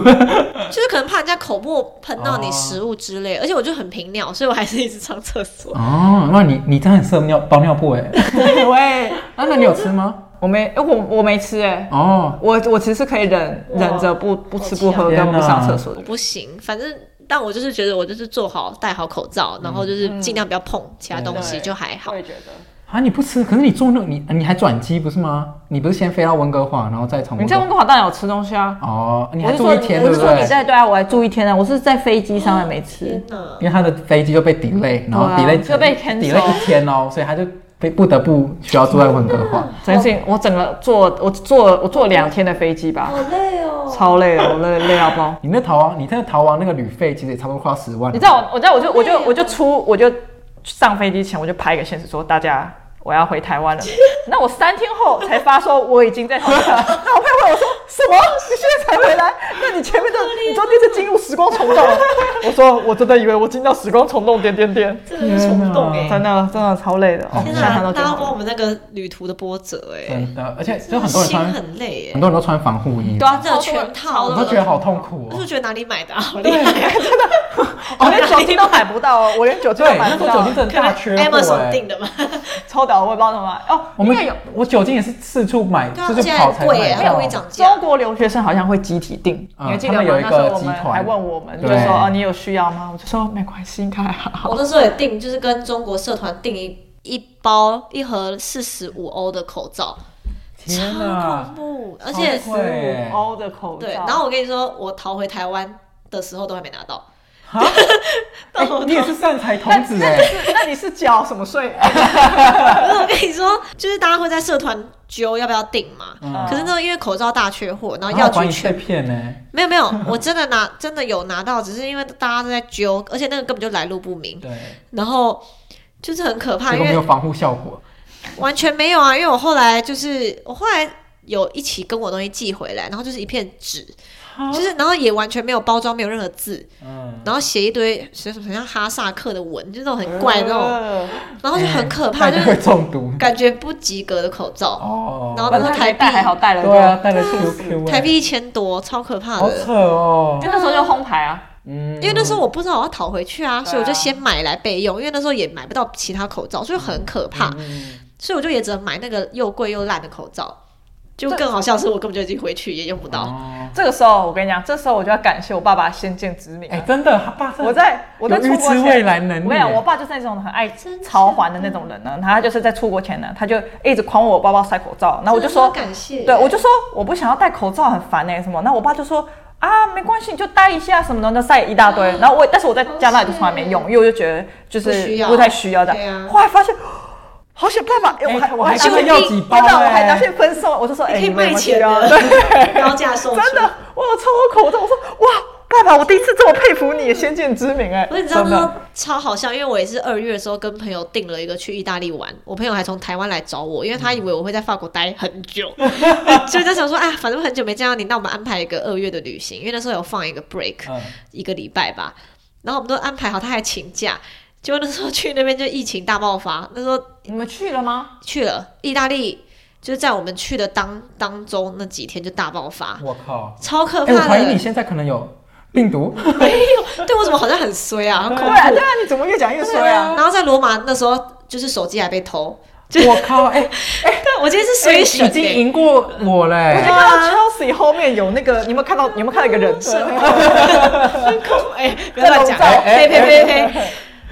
Speaker 4: 就是可能怕人家口沫喷到
Speaker 2: 哦
Speaker 4: 你食物之类。而且我就很频尿，所以我还是一直上厕所。
Speaker 2: 哦，那你你真的很适合尿包尿布 哎。
Speaker 5: 喂，
Speaker 2: 啊，那你有吃吗？
Speaker 5: 我没，哎我我没吃哎，
Speaker 2: 哦，
Speaker 5: 我我其实可以忍忍着不不吃不喝
Speaker 2: 天
Speaker 5: 跟不
Speaker 2: 哪
Speaker 5: 上厕所
Speaker 4: 我
Speaker 5: 的，
Speaker 4: 不行，反正但我就是觉得我就是做好戴好口罩，然后就是尽量不要碰其他东西，
Speaker 5: 对
Speaker 4: 就还好
Speaker 5: 我。也觉得，
Speaker 2: 啊，你不吃，可是你坐那你你还转机不是吗？你不是先飞到温哥华，然后再从
Speaker 5: 你
Speaker 2: 温
Speaker 5: 在
Speaker 2: 哥
Speaker 5: 温哥华当然有吃东西啊，
Speaker 2: 哦，你
Speaker 5: 我
Speaker 2: 还
Speaker 5: 是
Speaker 2: 住
Speaker 5: 说
Speaker 2: 一天
Speaker 5: 我
Speaker 2: 对
Speaker 5: 是
Speaker 2: 不
Speaker 5: 说你
Speaker 2: 对？
Speaker 5: 在对啊，我还住一天呢，我是在飞机上面没吃
Speaker 4: 天，哪！
Speaker 2: 因为他的飞机就被 delay，然后
Speaker 5: 对啊
Speaker 2: delay
Speaker 5: 就被 cancel
Speaker 2: delay 一天哦，所以他就被不得不需要住在温哥 华。
Speaker 5: 整件事情我整个坐我坐我坐两天的飞机吧，好累哦，超累的，我累累到爆。
Speaker 2: 你那逃啊亡，你那逃亡那个旅费其实也差不多花十万。
Speaker 5: 你知道我，我知道，我就我就我就出，我就上飞机前我就拍一个现实说，大家我要回台湾 了。那我三天后才发说我已经在台湾 了。那我朋友问我说什么？你现在才回 来？那你前面的你中间是进入时光虫洞了？哦 我说我真的以为我进到时光虫洞点点点，
Speaker 4: 真的是冲动哎、
Speaker 5: 真的真的超累的，哦，
Speaker 4: 天
Speaker 5: 想
Speaker 4: 哪
Speaker 5: 想，都觉得
Speaker 4: 大家
Speaker 5: 好
Speaker 4: 帮
Speaker 5: 累
Speaker 4: 我们那个旅途的波折哎、
Speaker 2: 真的，而且就嗯很多人
Speaker 4: 心
Speaker 2: 穿，
Speaker 4: 很累
Speaker 2: 很
Speaker 4: 哎、
Speaker 2: 多人都穿防护衣，
Speaker 5: 对啊，
Speaker 4: 真的
Speaker 5: 超多
Speaker 4: 全套
Speaker 5: 超
Speaker 2: 我
Speaker 4: 的
Speaker 5: 多
Speaker 2: 都觉得好痛苦
Speaker 4: 我就
Speaker 2: 哦。
Speaker 4: 觉得哪里买的啊好厉害，
Speaker 5: 我连酒精都买不到哦，我连酒精都
Speaker 2: 对，
Speaker 5: 买
Speaker 2: 那时
Speaker 5: 不
Speaker 2: 候酒
Speaker 5: 到
Speaker 2: 精，真的
Speaker 4: 可
Speaker 2: 大
Speaker 4: 能
Speaker 2: 缺货
Speaker 4: Amazon
Speaker 2: 哎
Speaker 4: 订。的嘛，
Speaker 5: 抽到我也不知道怎么买哦。
Speaker 2: 我
Speaker 5: 应该有
Speaker 2: 们我酒精也是四处买，
Speaker 4: 对啊，
Speaker 2: 就是
Speaker 4: 现在
Speaker 2: 跑
Speaker 4: 很
Speaker 2: 才
Speaker 4: 贵哎、
Speaker 2: 买
Speaker 4: 还有一
Speaker 2: 到。
Speaker 4: 涨价
Speaker 5: 中，国留学生好像会集体订，
Speaker 2: 嗯
Speaker 5: 你还记得吗？
Speaker 2: 他们有一
Speaker 5: 那
Speaker 2: 个
Speaker 5: 时候我们
Speaker 2: 集团
Speaker 5: 还问我们，就
Speaker 2: 对
Speaker 5: 说哦，你有需要吗？我就说没关系，应该还好。
Speaker 4: 我那时候也订，就是跟中国社团订一一包一盒四十五欧的口罩，
Speaker 2: 天
Speaker 4: 超
Speaker 2: 哪
Speaker 4: 恐！怖，而
Speaker 2: 超
Speaker 4: 且
Speaker 2: 贵对
Speaker 5: 欧的口罩，
Speaker 4: 对，然后我跟你说，我逃回台湾的时候都还没拿到，
Speaker 2: 啊，哎你也是善财童子哎。
Speaker 5: 那你是缴什么税？
Speaker 4: 可是我跟你说，就是大家会在社团揪要不要订嘛，
Speaker 2: 嗯
Speaker 4: 可是呢，因为口罩大缺货，然后
Speaker 2: 然后
Speaker 4: 药
Speaker 2: 我怀
Speaker 4: 局
Speaker 2: 疑
Speaker 4: 全
Speaker 2: 被骗呢，
Speaker 4: 没有没 有，我真的拿真的有拿到，只是因为大家都在揪，而且那个根本就来路不明，
Speaker 2: 对，
Speaker 4: 然后就是很可怕，
Speaker 2: 结
Speaker 4: 因
Speaker 2: 果没
Speaker 4: 为
Speaker 2: 有防护效果。
Speaker 4: 完全没有啊，因为我后来就是我后来有一起跟我东西寄回来，然后就是一片纸，就是然后也完全没有包装，没有任何字，
Speaker 2: 嗯，
Speaker 4: 然后写一堆写什么像哈萨克的文，就那种很怪的那种，
Speaker 5: 种，
Speaker 4: 然后就很可怕，
Speaker 5: 哎
Speaker 2: 那
Speaker 4: 就
Speaker 2: 就会
Speaker 4: 是
Speaker 2: 中毒。
Speaker 4: 感觉不及格的口罩，
Speaker 2: 哦，
Speaker 4: 然后
Speaker 5: 反正台币还好带了，
Speaker 2: 对啊，，带了 QQ 哎
Speaker 4: 台币一千多，超可怕
Speaker 2: 好
Speaker 4: 的。
Speaker 2: 扯哦
Speaker 5: 因。为那时候就烘牌啊，
Speaker 2: 嗯，
Speaker 4: 因为那时候我不知道我要讨回去
Speaker 5: 对
Speaker 4: 啊，
Speaker 5: 啊
Speaker 4: 所以我就先买来备用，因为那时候也买不到其他口罩，所以很可怕，
Speaker 2: 嗯
Speaker 4: 所以我就也只能买那个又贵又烂的口罩。就更好笑的是，我根本就已经回去也用不到。
Speaker 2: 哦
Speaker 5: 这个时候我跟你讲，这时候我就要感谢我爸爸先见之明啊
Speaker 2: 哎，。真的，他爸真的
Speaker 5: 我在我在出
Speaker 2: 有预
Speaker 5: 国
Speaker 2: 知
Speaker 5: 前，
Speaker 2: 未来能力
Speaker 5: 我跟你讲，
Speaker 2: 耶
Speaker 5: 我爸就是那种很爱超环的那种人呢。啊然后他就是在出国前呢，他就一直狂我包包塞口罩，然后我就说
Speaker 4: 真的很感谢
Speaker 5: 对我就说我不想要戴口罩，很烦哎、什么。那我爸就说啊，没关系，你就戴一下什么的，那塞一大堆。然后我但是我在加拿大就从来没用，因为我就觉得就
Speaker 4: 嗯哦不需
Speaker 5: 是
Speaker 4: 要
Speaker 5: 不太需要的
Speaker 4: 对啊。
Speaker 5: 后来发现。好想办法，哎、我还
Speaker 2: 哎
Speaker 5: 我还
Speaker 2: 我还真的要几包
Speaker 5: 真的
Speaker 2: 哎
Speaker 5: 我还拿去分送，我就说，哎、
Speaker 4: 欸你可以
Speaker 5: 们有没
Speaker 4: 卖
Speaker 5: 有
Speaker 4: 钱
Speaker 5: 需要
Speaker 4: 的
Speaker 5: 对，
Speaker 4: 高价售出。
Speaker 5: 真的，我有抽我口罩，我说哇，爸爸，我第一次这么佩服你，先见之明哎、
Speaker 4: 我你知道那时候超好笑，因为我也是二月的时候跟朋友订了一个去意大利玩，我朋友还从台湾来找我，因为他以为我会在法国待很 久，所以他想说啊，反正很久没见到你，那我们安排一个二月的 旅行，因为那时候有放一个 break，、
Speaker 2: 嗯
Speaker 4: 一个礼拜吧，然后我们都安排好，他还请假。结果那时候去那边就疫情大爆发，那时候
Speaker 5: 你们去了吗？
Speaker 4: 去了意大利，就是在我们去的当当中那几天就大爆发，
Speaker 2: 我靠！
Speaker 4: 超可
Speaker 2: 嗯哎，我
Speaker 4: 怕
Speaker 2: 怀疑你
Speaker 4: 的。
Speaker 2: 现在可能有病 毒。
Speaker 4: 对我怎么好像很衰啊？很恐
Speaker 3: 对
Speaker 4: 怖
Speaker 3: 啊，对啊，你怎么越讲越衰啊？
Speaker 4: 然后在罗马那时候，就是手机还被偷。
Speaker 2: 我靠！哎，
Speaker 4: 对，我今天是
Speaker 2: 哎
Speaker 4: 随
Speaker 2: 已
Speaker 4: 选、
Speaker 2: 经赢过我
Speaker 3: 我
Speaker 4: 啊
Speaker 2: 嘞
Speaker 3: 就看。到 Chelsea 后面有那个，你有没有看到？你有没有看到一个人
Speaker 4: 啊
Speaker 3: 设？
Speaker 4: 很恐怖，哎、不要乱讲，
Speaker 3: 在笼罩
Speaker 4: 呸
Speaker 5: 哎
Speaker 4: 呸呸呸，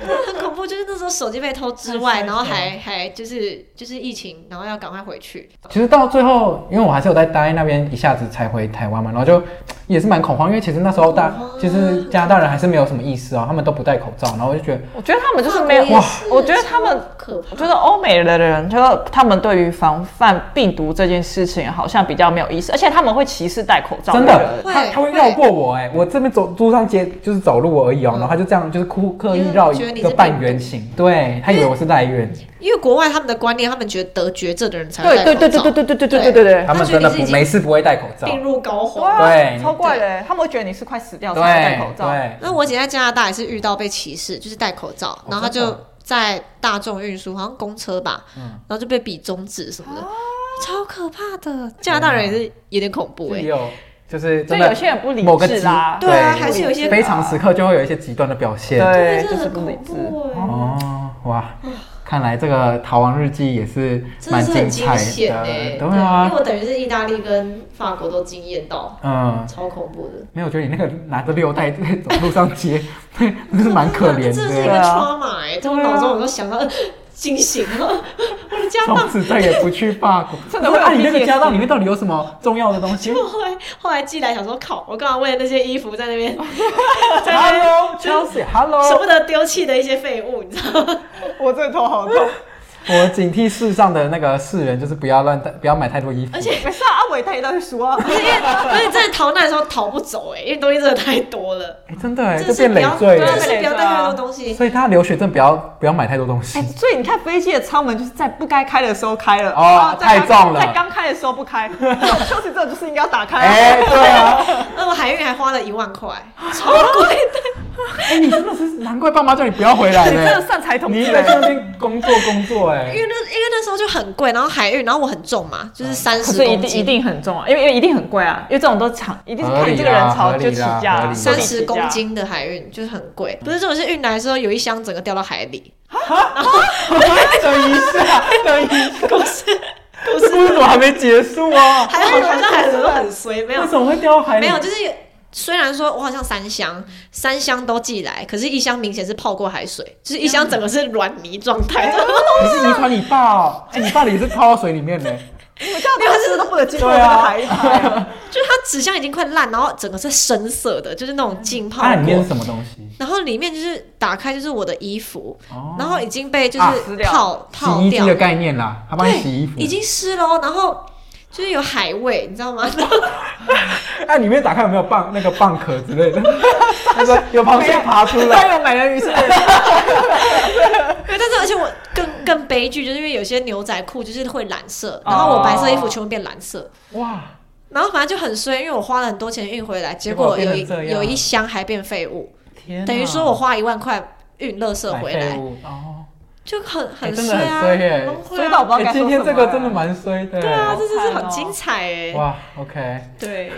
Speaker 4: 那很恐怖。就是那时候手机被偷之
Speaker 5: 哎
Speaker 4: 外，然后还还就是就是疫情，然后要赶快回去。
Speaker 2: 其实到最后，因为我还是有在待那边，一下子才回台湾嘛，然后就也是蛮恐慌，因为其实那时候大，
Speaker 5: 啊
Speaker 2: 其实加拿大人还是没有什么意思啊，他们都不戴口罩，然后我就觉得
Speaker 5: 我觉得他们就是没有
Speaker 4: 法国也是，
Speaker 5: 我觉得他们
Speaker 4: 超可怕
Speaker 5: 我觉得欧美的人，就是他们对于防范病毒这件事情好像比较没有意识，而且他们会歧视戴口罩
Speaker 2: 真
Speaker 5: 人
Speaker 2: 的，
Speaker 4: 会
Speaker 2: 他他会绕过我哎、我这边走路上街就是走路而已
Speaker 5: 嗯
Speaker 2: 哦、然后他就这样就是故刻意绕
Speaker 4: 因为
Speaker 2: 一
Speaker 4: 觉得
Speaker 2: 个
Speaker 4: 你是
Speaker 2: 半圆形，对他以为我是赖院，
Speaker 4: 因为国外他们的观念，他们觉得得绝症的人才会
Speaker 5: 对
Speaker 4: 戴口
Speaker 5: 对
Speaker 4: 罩
Speaker 5: 对对对对对对对对对对
Speaker 2: 他们真的
Speaker 4: 他
Speaker 2: 不
Speaker 4: 觉得你是已经
Speaker 2: 没事不会戴口罩，
Speaker 4: 病入膏肓。
Speaker 5: 哇
Speaker 2: 对
Speaker 5: 超怪的，欸他们会觉得你是快死掉才会戴
Speaker 2: 对
Speaker 5: 口罩。
Speaker 2: 对，
Speaker 4: 那我姐在加拿大也是遇到被歧视，就是戴口罩，然后
Speaker 5: 哦
Speaker 4: 她就在大众运输，好像公车吧，
Speaker 5: 嗯
Speaker 4: 然后就被比中指什么
Speaker 5: 啊
Speaker 4: 的，超可怕的。加拿大人也是有点恐怖哎、
Speaker 2: 也有就是
Speaker 5: 所
Speaker 2: 真
Speaker 5: 以
Speaker 2: 的
Speaker 5: 有些人不理
Speaker 2: 某个
Speaker 5: 智
Speaker 2: 极
Speaker 5: 啦，
Speaker 4: 对啊还是有一些
Speaker 2: 非常时刻就会有一些极端的表现，
Speaker 5: 对，
Speaker 4: 真
Speaker 5: 就
Speaker 4: 的
Speaker 5: 是
Speaker 4: 很
Speaker 5: 不理
Speaker 4: 恐
Speaker 5: 智。
Speaker 4: 怖哎、
Speaker 2: 哦，哇，看来这个《逃亡日记》也是
Speaker 4: 啊真的
Speaker 2: 蛮
Speaker 4: 是
Speaker 2: 精
Speaker 4: 很惊
Speaker 2: 彩
Speaker 4: 险
Speaker 2: 的，
Speaker 4: 哎、
Speaker 2: 对啊
Speaker 4: 因为，我等于是意大利跟法国都惊艳到，
Speaker 2: 嗯，
Speaker 4: 超恐怖的。
Speaker 2: 没有，我觉得你那个拿着六代在走路上街， 真是蛮可怜
Speaker 4: 这是一
Speaker 2: 的。
Speaker 4: 个
Speaker 5: 对啊
Speaker 4: trauma 哎、在我脑中我都想到呃惊醒了， 我的家
Speaker 2: 从
Speaker 4: 当。
Speaker 2: 此再也不去法国，
Speaker 5: 真的
Speaker 2: 不
Speaker 5: 会
Speaker 2: 是
Speaker 5: 有
Speaker 2: 啊你那个
Speaker 5: PTSD
Speaker 2: 家当里面到底有什么重要的东 西？
Speaker 4: 后来后来寄来想说，靠，我干嘛为了那些衣服在那边在那边
Speaker 2: Hello，Chelsea，Hello，
Speaker 4: 舍不得丢弃的一些废物，你知道吗？
Speaker 3: 我这个头 好痛。
Speaker 2: 我警惕世上的那个世人，就是不要乱带，不要买太多衣服。
Speaker 4: 而且
Speaker 3: 没事啊，阿伟他也在说啊。
Speaker 4: 而且而且真的逃难的时候逃不走哎、因为东西真的太多了，
Speaker 2: 哎，真的哎，
Speaker 4: 真的
Speaker 2: 这
Speaker 4: 是
Speaker 2: 变
Speaker 4: 不
Speaker 2: 累赘
Speaker 4: 要，啊真的
Speaker 2: 了。
Speaker 4: 是不要带太多东西。
Speaker 2: 所以他留学证不要不要买太多东西
Speaker 3: 哎，。所以你看飞机的舱门就是在不该开的时候开了，
Speaker 2: 哦
Speaker 3: 啊在
Speaker 2: 太
Speaker 3: 刚
Speaker 2: 重了
Speaker 3: 在刚开的时候 不开，休息这种就是应该要打开啊。
Speaker 2: 哎，对啊。
Speaker 4: 那我海运还花了一 万块，超贵的。
Speaker 2: 哎、你真的是 难怪爸妈叫你不要回
Speaker 5: 哎
Speaker 2: 来
Speaker 3: 你真的
Speaker 2: 呢。
Speaker 3: 善财童
Speaker 2: 你一
Speaker 3: 子
Speaker 2: 直在那边工作工作哎、
Speaker 4: 因为那因为那时候就很贵，然后海运，然后我很重嘛，嗯就是三
Speaker 5: 可
Speaker 4: 十
Speaker 5: 是一
Speaker 4: 公
Speaker 5: 定
Speaker 4: 斤，
Speaker 5: 一定很重啊，因为因为一定很贵啊，因为这种都抢，一定是看你这个人潮就起价
Speaker 2: 啊合理啦合理啦
Speaker 5: 啊，
Speaker 4: 三十
Speaker 5: 就起价
Speaker 4: 公。斤的海运就是很贵。不是这种是运来的时候，有一箱整个掉到海里。
Speaker 2: 等一下，等一下，
Speaker 4: 故事
Speaker 2: 这故
Speaker 4: 故事
Speaker 2: 事怎么还没结束啊？
Speaker 4: 还 好好像还很很衰，没有
Speaker 2: 为什么会掉到海里？
Speaker 4: 没有，就是有虽然说我好像三箱三箱都寄来，可是一箱明显是泡过海水，就是一箱整个是软泥状 态。
Speaker 2: 你是遗传你爸哦、哎、你爸也是泡到水里面呢、
Speaker 3: 我叫他是都不能经
Speaker 5: 啊
Speaker 3: 过这个海滩。
Speaker 4: 就是它纸箱已经快烂，然后整个是深色的，就是那种浸泡
Speaker 2: 它里面啊
Speaker 4: 过
Speaker 2: 是。什么东西？
Speaker 4: 然后里面就是打开就是我的衣服，
Speaker 2: 哦
Speaker 4: 然后已经被就
Speaker 2: 啊
Speaker 4: 是
Speaker 5: 湿掉
Speaker 4: 泡、泡
Speaker 2: 洗衣
Speaker 4: 掉
Speaker 2: 机的概念啦，他帮你
Speaker 4: 对，
Speaker 2: 洗衣服，
Speaker 4: 已经湿了哦，然后就是有海味，你知道吗？ 然后
Speaker 2: 哎、里面打开有没有蚌那个蚌壳之 类的？他说有螃蟹爬出来，有美人鱼是
Speaker 4: 对但是而且我更更悲剧，就是因为有些牛仔裤就是会染色，然后我白色衣服全部变蓝色。
Speaker 2: 哇，
Speaker 4: 然后反正就很衰，因为我花了很多钱运回来，结
Speaker 2: 结果
Speaker 4: 果有
Speaker 2: 变
Speaker 4: 一
Speaker 2: 成这样
Speaker 4: 有一箱还变废物，
Speaker 2: 天哪
Speaker 4: 等于说我花一万块运垃圾
Speaker 2: 买
Speaker 4: 回
Speaker 2: 废
Speaker 4: 来，
Speaker 2: 物哦。
Speaker 4: 就很
Speaker 2: 哎
Speaker 4: 很
Speaker 2: 真的
Speaker 4: 衰啊，
Speaker 2: 很衰耶
Speaker 4: 崩溃啊
Speaker 5: 所以到我不知道
Speaker 2: 哎、
Speaker 5: 该说
Speaker 2: 今天
Speaker 5: 什
Speaker 2: 这
Speaker 5: 么
Speaker 2: 个
Speaker 5: 了
Speaker 2: 真的蛮衰的。
Speaker 4: 对啊，这真是
Speaker 5: 好惨
Speaker 4: 很
Speaker 5: 哦
Speaker 4: 精彩哎、
Speaker 2: 哇，OK，
Speaker 4: 对，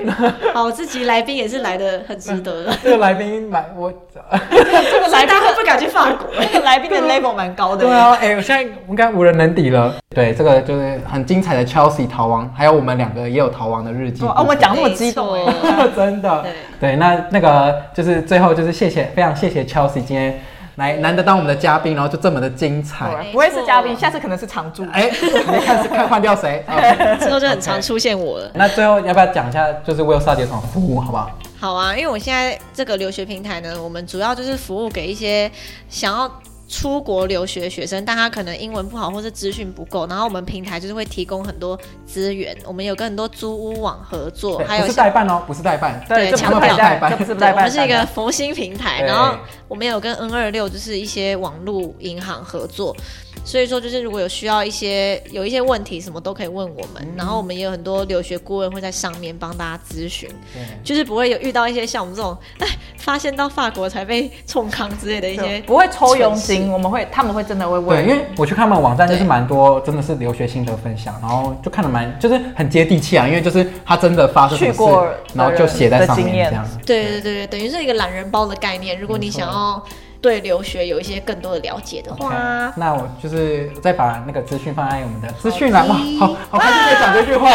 Speaker 4: 好，我自己来宾也是来的很值得 的，
Speaker 2: 这个来宾蛮我，
Speaker 5: 这个
Speaker 4: 所以
Speaker 5: 来宾
Speaker 4: 大家会不敢去法国。
Speaker 5: 这个来宾的 level 蛮高的。
Speaker 2: 对啊，哎、我现在应该无人能敌了。对，这个就是很精彩的 Chelsea 逃亡，还有我们两个也有逃亡的日记。
Speaker 3: 哦
Speaker 5: 哇，啊我们讲那么激动
Speaker 4: 没
Speaker 5: 哎，
Speaker 4: 错
Speaker 2: 真的
Speaker 4: 对，
Speaker 2: 对，那那个就是最后就是谢谢，非常谢谢 Chelsea 今天来难得当我们的嘉宾，然后就这么的精彩。
Speaker 3: 哎
Speaker 5: 不会是嘉宾，下次可能是常驻。
Speaker 2: 哎、你看是看换掉 谁？哦
Speaker 4: 之后就很常出现我了。
Speaker 2: 那最后要不要讲一下，就是 Will 少杰什么服务，好不好？
Speaker 4: 好啊，因为我现在这个留学平台呢，我们主要就是服务给一些想要。出国留学的学生，但他可能英文不好或是资讯不够，然后我们平台就是会提供很多资源，我们有跟很多租屋网合作，
Speaker 2: 对
Speaker 4: 还
Speaker 2: 不
Speaker 4: 有
Speaker 2: 是代办哦，不是代办，
Speaker 5: 对，
Speaker 4: 对
Speaker 5: 这不是
Speaker 4: 强调
Speaker 5: 代办，
Speaker 2: 代办
Speaker 5: 这不是
Speaker 4: 对，
Speaker 5: 代
Speaker 4: 我
Speaker 5: 办，
Speaker 4: 们是一个佛心平台，
Speaker 2: 对
Speaker 4: 然后我们有跟 N 二六就是一些网络银行合作，所以说就是如果有需要一些有一些问题什么都可以问我们，
Speaker 2: 嗯
Speaker 4: 然后我们也有很多留学顾问会在上面帮大家咨询，
Speaker 2: 对
Speaker 4: 就是不会有遇到一些像我们这种哎发现到法国才被冲康之类的一些
Speaker 2: 啊
Speaker 5: 不会抽佣
Speaker 4: 蠢
Speaker 5: 金，
Speaker 4: 事。
Speaker 5: 我们会他们会真的会
Speaker 2: 对，
Speaker 5: 问，
Speaker 2: 因为我去看他们网站，就是
Speaker 4: 对
Speaker 2: 蛮多真的是留学心得分享，然后就看得蛮就是很接地气啊，因为就是他真的发生什么
Speaker 5: 去过
Speaker 2: 事
Speaker 5: 的，
Speaker 2: 然后就写在上
Speaker 5: 人的经
Speaker 2: 面
Speaker 5: 验
Speaker 2: 这样。
Speaker 4: 对对对对，等于是一个懒人包的概念。如果你想要对留学有一些更多的了解的
Speaker 2: OK，
Speaker 4: 话，
Speaker 2: 那我就是再把那个资讯放在我们的资讯栏，哇
Speaker 4: 好的，
Speaker 2: 好好开心可以讲这句话。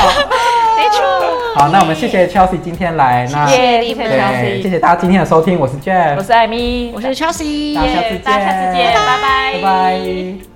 Speaker 4: 没错。
Speaker 2: 好，那我们谢谢 Chelsea 今天来，那
Speaker 5: 耶，
Speaker 4: 谢谢
Speaker 5: 一
Speaker 4: 你
Speaker 5: 天
Speaker 4: 们
Speaker 5: 消
Speaker 2: 对，谢
Speaker 5: 息，
Speaker 2: 谢大家今天的收听，我是 Jeff，
Speaker 5: 我是艾米，
Speaker 4: 我是 Chelsea，
Speaker 2: 大家下次
Speaker 5: 耶大家下次见，
Speaker 2: 见
Speaker 5: 拜拜，
Speaker 2: 拜拜。